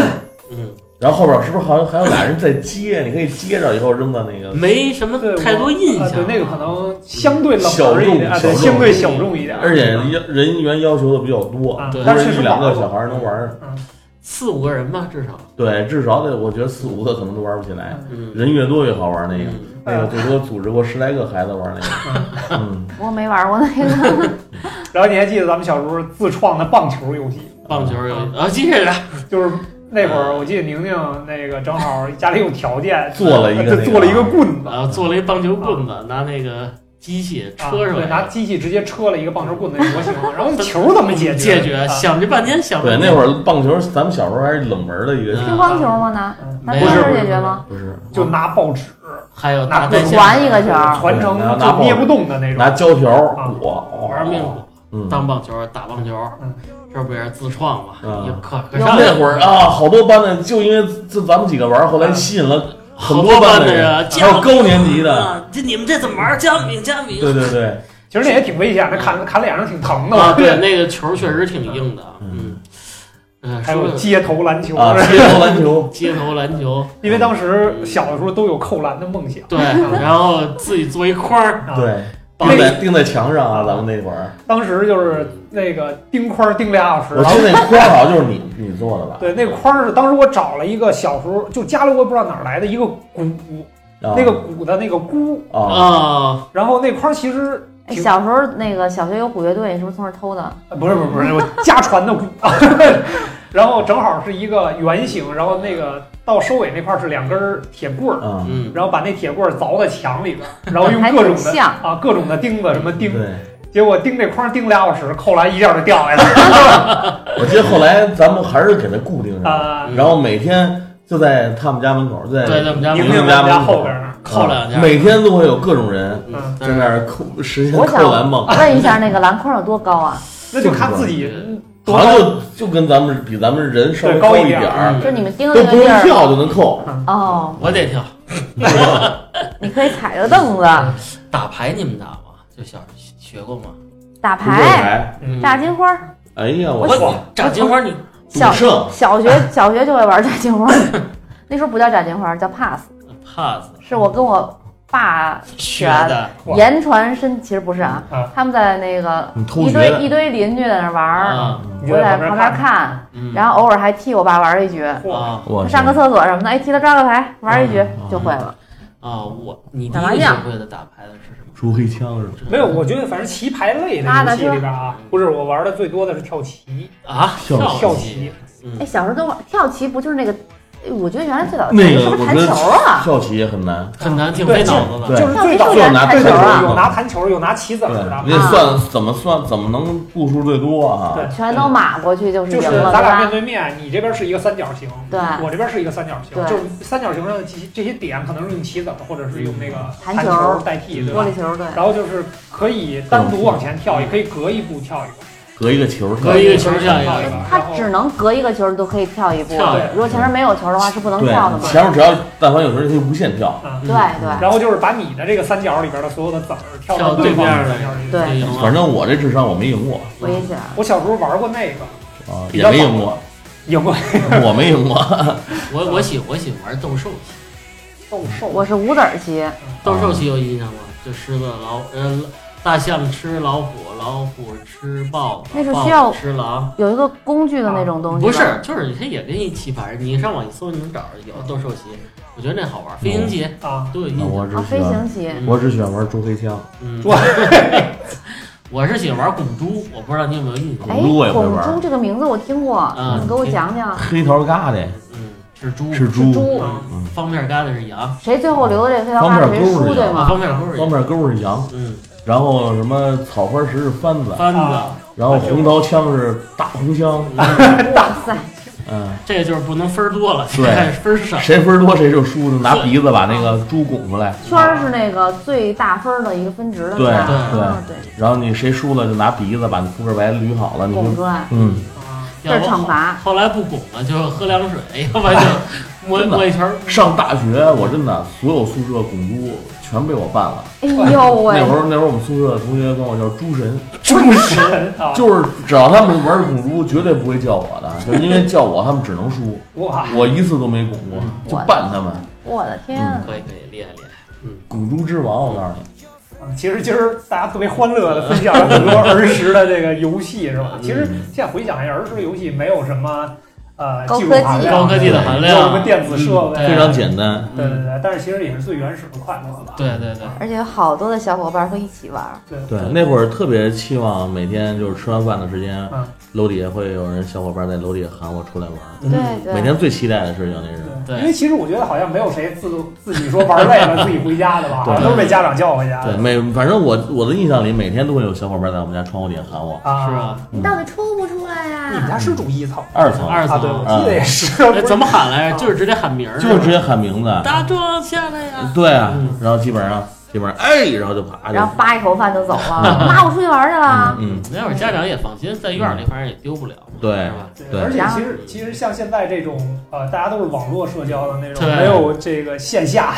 S1: 嗯，
S3: 然后后边是不是好像还有俩人在接？你可以接着以后扔到那个，
S1: 没什么
S2: 对，
S1: 太多印
S2: 啊
S1: 象。
S2: 对，那个可能相对冷门一点，啊，对，
S3: 小众
S2: 相对小众一点。
S3: 而且要人员要求的比较多，
S2: 啊
S1: 对，
S3: 不
S2: 但
S3: 是
S2: 是确实
S3: 一两个
S2: 玩过
S3: 小孩能玩儿。
S1: 四五个人吧，至少。
S3: 对，至少得我觉得四五个可能都玩不起来，
S1: 嗯，
S3: 人越多越好玩那个。
S1: 嗯
S3: 那个最多组织过十来个孩子玩那个，嗯，
S4: 我没玩过那
S3: 啊
S4: 个，
S2: 然后你还记得咱们小时候自创的棒球游戏？
S1: 棒球有
S2: 嗯
S1: 啊，接 着来
S2: 就是那会儿，我记得宁宁那个正好家里有条件，
S3: 做了一个那个
S2: 就做了一个棍子，
S1: 啊，做了一棒球棍子，拿那个机器
S2: 啊
S1: 车上
S2: 对，拿
S1: 来
S2: 机器直接车了一个棒球棍子的模型，然后球怎么解
S1: 解
S2: 决
S1: 决，
S2: 啊
S1: 想这半天想
S3: 嗯对，
S1: 半
S3: 那
S1: 天
S3: 会儿棒球咱们小时候还是冷门的一个，
S4: 乒乓球吗？呢？
S2: 嗯
S4: 拿
S1: 没
S4: 冰
S1: 有
S4: 棍儿解决吗？
S3: 不是
S2: 就拿报纸
S1: 还有
S2: 拿
S1: 大单线
S4: 环一个球儿，
S2: 传承
S3: 拿拿
S2: 就捏不动的那
S3: 拿
S2: 种。哦
S3: 胶条裹，
S1: 玩命了
S3: 嗯，
S1: 当棒球打棒球
S2: 嗯，
S1: 这不也是自创嘛？
S3: 嗯
S1: 也可可上
S3: 那会儿啊，好多班的就因为这咱们几个玩，后来吸引了很
S1: 好
S3: 嗯多
S1: 班
S3: 的
S1: 人，
S3: 还有高年级的，
S1: 啊，这你们这怎么玩？加米加米。
S3: 对对对，
S2: 其实那也挺危险的，砍砍脸上挺疼的。
S1: 嗯啊，对，，那个球确实挺硬的，嗯
S3: 嗯，
S1: 嗯，
S2: 还
S1: 说
S2: 有街头篮球，
S3: 啊，街头篮球，
S1: 街头篮球，
S2: 因为当时小的时候都有扣篮的梦想。
S1: 对，然后自己做一框儿，
S2: 啊，
S3: 对，
S1: 绑
S3: 钉在钉在墙上啊，咱们那会儿，
S2: 当时就是那个钉框儿钉俩小时，
S3: 我
S2: 然后
S3: 记得那框好像就是你你做的吧？
S2: 嗯对，那个框儿是当时我找了一个小时候就家里我也不知道哪儿来的一个鼓，
S3: 啊
S2: 那个鼓的那个箍，
S3: 啊，
S1: 啊，
S2: 然后那框儿其实
S4: 哎小时候那个小学有鼓乐队，你是不是从这儿偷的？
S2: 呃不是不是不是我家传的鼓， 然后正好是一个圆形，然后那个到收尾那块儿是两根儿铁棍儿，
S3: 嗯，
S1: 嗯，
S2: 然后把那铁棍儿凿在墙里边 儿，然
S3: 哦
S2: 后用
S4: 还
S2: 各种
S4: 挺
S2: 的
S4: 像。
S2: 啊各种的钉子什么钉，
S3: 对。
S2: 结果钉那框儿钉俩小时，扣篮一下就掉下来了
S3: 我记得后来咱们还是给它固定上，
S2: 啊，
S3: 然后每天就在他们家门口，就在
S1: 对，在我们家
S2: 宁
S3: 明
S1: 门
S3: 啊
S2: 宁
S1: 口
S2: 他
S3: 明
S2: 们家
S3: 门口
S2: 后边儿那儿
S1: 扣两下，
S3: 每天都会有各种人
S1: 嗯，
S3: 在
S1: 但
S3: 那
S1: 是
S3: 儿扣实现
S4: 我想
S3: 扣篮
S2: 啊
S3: 梦，
S4: 问一下，那个篮筐有多高啊？
S2: 那就看自己多
S3: 好像
S2: 高
S3: 就就跟咱们比咱们人稍微
S2: 对高
S3: 一
S2: 一点嗯
S3: 儿，
S4: 就是你们盯
S3: 嗯都
S4: 的那
S3: 不
S4: 个
S3: 用
S4: 地儿
S3: 跳就能扣。
S4: 哦，
S1: 我得跳。
S4: 你可以踩着凳子
S1: 打牌你们打吗？就小时候学过吗？
S4: 打
S3: 不会
S4: 牌、
S3: 来，
S1: 嗯
S4: 炸金花儿。
S3: 哎呀，
S1: 我
S3: 操，
S1: 炸金花你
S3: 赌
S4: 小
S3: 圣
S4: 小学小学就会玩炸金花儿， 那时候不叫炸金花儿，叫 pass，
S1: pass
S4: 是我跟我爸
S1: 学的，
S2: 哇
S4: 言传身，其实不是啊
S2: 啊，
S4: 他们在那个
S3: 你偷
S4: 一
S3: 学
S4: 堆
S3: 的，
S4: 一堆邻居在那玩儿，
S1: 啊，
S2: 你
S3: 嗯
S4: 我
S2: 就在
S4: 在旁
S2: 旁
S4: 边
S2: 边
S4: 看，
S1: 嗯，
S4: 然后偶尔还替我爸玩儿一局。
S2: 嚯
S1: 啊
S3: 我
S4: 上个厕所什么的，哎，替他抓个牌，玩儿一局
S3: 嗯
S4: 就会了。
S1: 啊，我你第
S4: 打
S1: 一个
S4: 麻
S1: 学
S4: 将
S1: 会的打牌的是什么？
S3: 出黑枪是吧？
S2: 没有，我觉得反正棋牌类的
S4: 拉
S2: 游
S4: 的
S2: 戏
S4: 是
S2: 里边啊，不是我玩的最多的是跳棋，
S1: 啊，
S3: 跳
S2: 跳
S1: 棋
S2: 棋，
S4: 哎，
S1: 嗯，
S4: 小时候都玩跳棋，不就是那个？哎我觉得原来最早
S3: 那个
S4: 是不是
S3: 我
S4: 弹
S3: 觉得
S4: 球啊？
S3: 跳棋也很难，
S1: 很难，挺费
S2: 对
S1: 脑子的。
S3: 对
S2: 就是
S4: 跳
S2: 最
S4: 棋
S2: 早
S4: 是
S3: 就
S4: 原
S3: 拿
S4: 来
S2: 最早
S3: 弹
S4: 弹球
S3: 球
S4: 啊
S3: 啊，
S2: 有拿弹球，有拿棋子
S3: 对，
S2: 儿的
S3: 你，得算怎么算怎么能步数最多啊？
S2: 对
S4: 全都码过去就是
S2: 就
S4: 赢
S2: 是
S4: 了，
S2: 咱俩面
S4: 对吧？
S2: 对面，你这边是一个三角形，
S4: 对
S2: 我这边是一个三角形，
S4: 对
S2: 就是三角形上的这些这些点可能是用棋子儿或者是用那个
S4: 弹
S2: 弹
S4: 嗯球
S2: 球代替，对
S4: 玻
S2: 吧
S4: 璃？球对。
S2: 然后就是可以单独往前跳，也可以隔一步跳一个，
S3: 隔一个球跳，
S1: 隔一个球跳一
S2: 跳一
S1: 个，
S2: 个，
S4: 它
S2: 然后
S4: 只能隔一个球都可以跳一步
S1: 跳
S2: 一，
S4: 如果前面没有球的话是不能
S3: 对
S4: 跳的嘛。
S3: 前面只要但凡有时候就可以无限跳，
S2: 嗯
S4: 对对，
S2: 然后就是把你的这个三角里边的所有的子儿跳到
S1: 跳
S2: 对
S1: 对
S2: 方
S1: 面
S2: 的
S1: 的
S2: 三角里。
S4: 对
S1: 就赢嗯了
S3: 反正我这智商我没赢过
S4: 我也想，
S2: 我小时候玩过那个，
S3: 啊，
S2: 比
S3: 也
S2: 较
S3: 没赢过，
S2: 赢过
S3: 我没赢 过。
S1: 我我喜我喜欢玩斗兽棋，
S2: 斗兽，
S4: 我是五子儿棋，
S1: 斗兽棋有印象吗？就狮子老呃大象吃老虎，老虎吃豹子，
S4: 那是
S1: 豹
S4: 需要
S1: 子吃狼。
S4: 有一个工具的那种东西。
S1: 不，是，就是它也跟一棋牌，你上网一搜，你能找着有斗兽棋。我觉得那好玩，飞行棋
S2: 啊，
S1: 都有印
S3: 啊我
S1: 象。
S3: 只
S4: 啊，
S3: 喜
S4: 飞
S3: 欢，
S4: 行棋。
S1: 嗯
S3: 我只喜欢玩捉黑枪，
S1: 嗯
S2: 哇，
S1: 我是喜欢玩拱猪，我不知道你有没有印象
S4: 哎，
S3: 拱猪我也会
S4: 拱
S3: 玩
S4: 猪这个名字我听过，
S1: 嗯
S4: 你给我讲讲。
S3: 黑桃嘎的，
S1: 嗯，是猪，
S3: 是
S4: 是
S3: 猪，
S4: 猪，
S1: 啊
S3: 嗯
S1: 方便疙瘩是羊，
S4: 谁最后留的这黑桃
S3: 方
S4: 八
S3: 面
S4: 谁
S3: 钩是
S4: 输对
S3: 羊
S1: 啊，
S4: 吗？
S1: 方便沟是
S3: 方
S1: 羊，
S3: 面钩是羊，
S1: 嗯，
S3: 然后什么草花石是番子，
S1: 番
S2: 啊
S1: 子，
S3: 然后红桃枪是大红枪，
S1: 嗯
S4: 哇塞，
S3: 嗯，
S1: 这就是不能分儿多了，
S3: 对
S1: 看分儿少，
S3: 谁分儿多谁就输，拿鼻子把那个猪拱出来，
S4: 圈儿是那个最大分儿的一个分值的，
S3: 对
S4: 是吧
S1: 对
S4: 嗯对，
S3: 然后你谁输了就拿鼻子把扑克牌捋好了，你
S4: 拱
S3: 就
S4: 出来，
S3: 嗯，
S1: 要
S4: 这
S1: 不
S4: 是惩罚
S1: 后来不拱了，就喝凉水， 要不然就摸
S3: 真的
S1: 摸一圈儿。
S3: 上大学我真的所有宿舍拱猪全被我办了。
S4: 哎呦
S3: 嗯那会
S4: 喂，
S3: 儿那会儿我们宿舍的同学管我叫猪神，
S2: 猪神啊！
S3: 就是只要他们玩拱猪，绝对不会叫我的，就因为叫我他们只能输，
S2: 哇，
S3: 我一次都没拱过，就办他们
S4: 我的天
S3: 嗯
S4: 啊，
S1: 可以可以，厉害厉害，
S3: 拱猪之王，我告诉你，
S2: 其实今儿大家特别欢乐的分享 了很多儿时的这个游戏，是吧？其实
S1: 嗯
S2: 现在回想一下，儿时的游戏没有什么呃
S4: 高
S2: 技术
S4: 科技啊
S2: 含量，
S1: 高科技的含
S2: 没有什么
S1: 量，
S2: 电子设备，啊
S1: 嗯
S3: 非常简单。
S2: 对对对，但是其实也是最原始的快乐吧。
S1: 对对对，
S4: 而且有好多的小伙伴会一起玩儿，
S2: 对
S3: 对，那会儿特别期望每天就是吃完饭的时间
S2: 嗯，
S3: 楼底下会有人小伙伴在楼底下喊我出来玩，
S4: 对
S3: 嗯每
S4: 对，
S3: 天最期待的事情那是。
S1: 对
S2: 因为其实我觉得好像没有谁自自己说玩累 了自己回家的吧，好像都是被家长叫回家
S3: 对，
S2: 的
S3: 每反正我我的印象里，每天都会有小伙伴在我们家窗户底下喊我。
S2: 啊。
S1: 是？吧？
S4: 你到底出不出来
S2: 你们
S3: 嗯
S4: 呀？
S2: 家是住一层
S3: 二层，
S1: 二
S2: 啊？对，我
S1: 层，
S2: 记得也是。
S1: 哎，怎么喊来着？就是直接喊名儿，
S3: 就是直接喊名字。
S1: 打桩下来呀。
S3: 对啊，然后基本上基本上哎，然后就啪就
S4: 然后扒一口饭就 走了，妈，我出去玩儿去了。
S3: 嗯，
S1: 那会儿家长也放心，在院儿里反正也丢不了嘛，
S3: 对
S1: 是吧？
S3: 对
S2: 而且其实其实像现在这种呃，大家都是网络社交的那种，
S1: 对
S2: 没有这个线下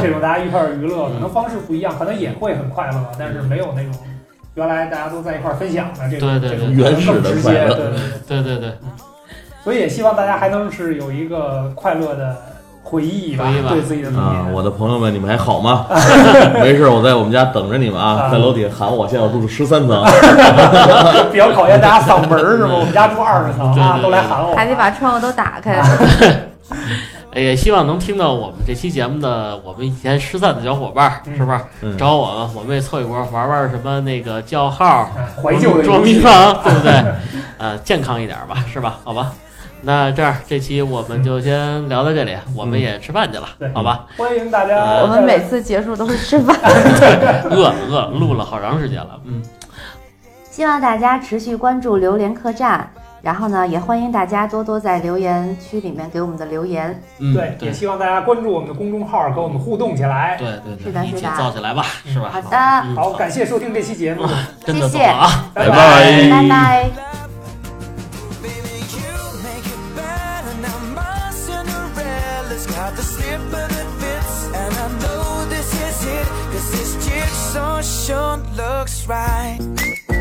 S2: 这种大家一块儿娱乐，可能方式不一样，可能也会很快乐，但是没有那种原来大家都在一块儿分享的这种
S1: 对对对
S2: 这种
S3: 原始的
S2: 更直
S3: 快
S2: 接。
S3: 乐
S2: 对对对。
S1: 对对对，
S2: 所以也希望大家还能是有一个快乐的回忆吧
S1: 回忆，吧
S2: 对自己的童
S3: 啊，
S2: 年。
S3: 我的朋友们，你们还好吗？没事，我在我们家等着你们
S2: 啊
S3: 啊，在楼底下喊我，现在我住十三层，啊
S2: 比较考验大家嗓门儿是吧？我们家住二十层啊，
S1: 对对对
S2: 都来喊
S3: 嗯
S2: 我，
S4: 还得把窗户都 打开，
S1: 哎也希望能听到我们这期节目的我们以前失散的小伙伴儿，
S2: 嗯
S1: 是不是？
S3: 嗯
S1: 找我们，我们也凑一波玩玩什么那个叫号、
S2: 啊怀旧的
S1: 捉
S2: 游
S1: 迷
S2: 戏。
S1: 藏，对不对？ 呃，健康一点吧，是吧？好吧，那这样这期我们就先聊到这里，我们也吃饭去了，
S2: 对
S1: 好吧？
S2: 欢迎大家。
S4: 我们每次结束都会吃饭。
S2: 嗯
S1: 饿了饿了，录了好长时间了，嗯，
S4: 希望大家持续关注榴莲客栈，然后呢，也欢迎大家多多在留言区里面给我们的留言。
S1: 嗯
S2: 对，也
S1: 对
S2: 希望大家关注我们的公众号，跟我们互动起来。
S1: 对对
S4: 是
S1: 对，
S4: 的
S1: 一起
S4: 是的
S1: 造起来吧，是吧？
S4: 好的，
S1: 嗯
S2: 好，感谢收听这期节目，
S1: 真的走
S4: 谢谢
S1: 了啊。
S3: 拜
S2: 拜。
S3: 拜
S4: 拜拜。
S5: Baby, you make it better. Now my Cinderella's got the slipper that fits. And I know this is it, cause this jigsaw sure looks right.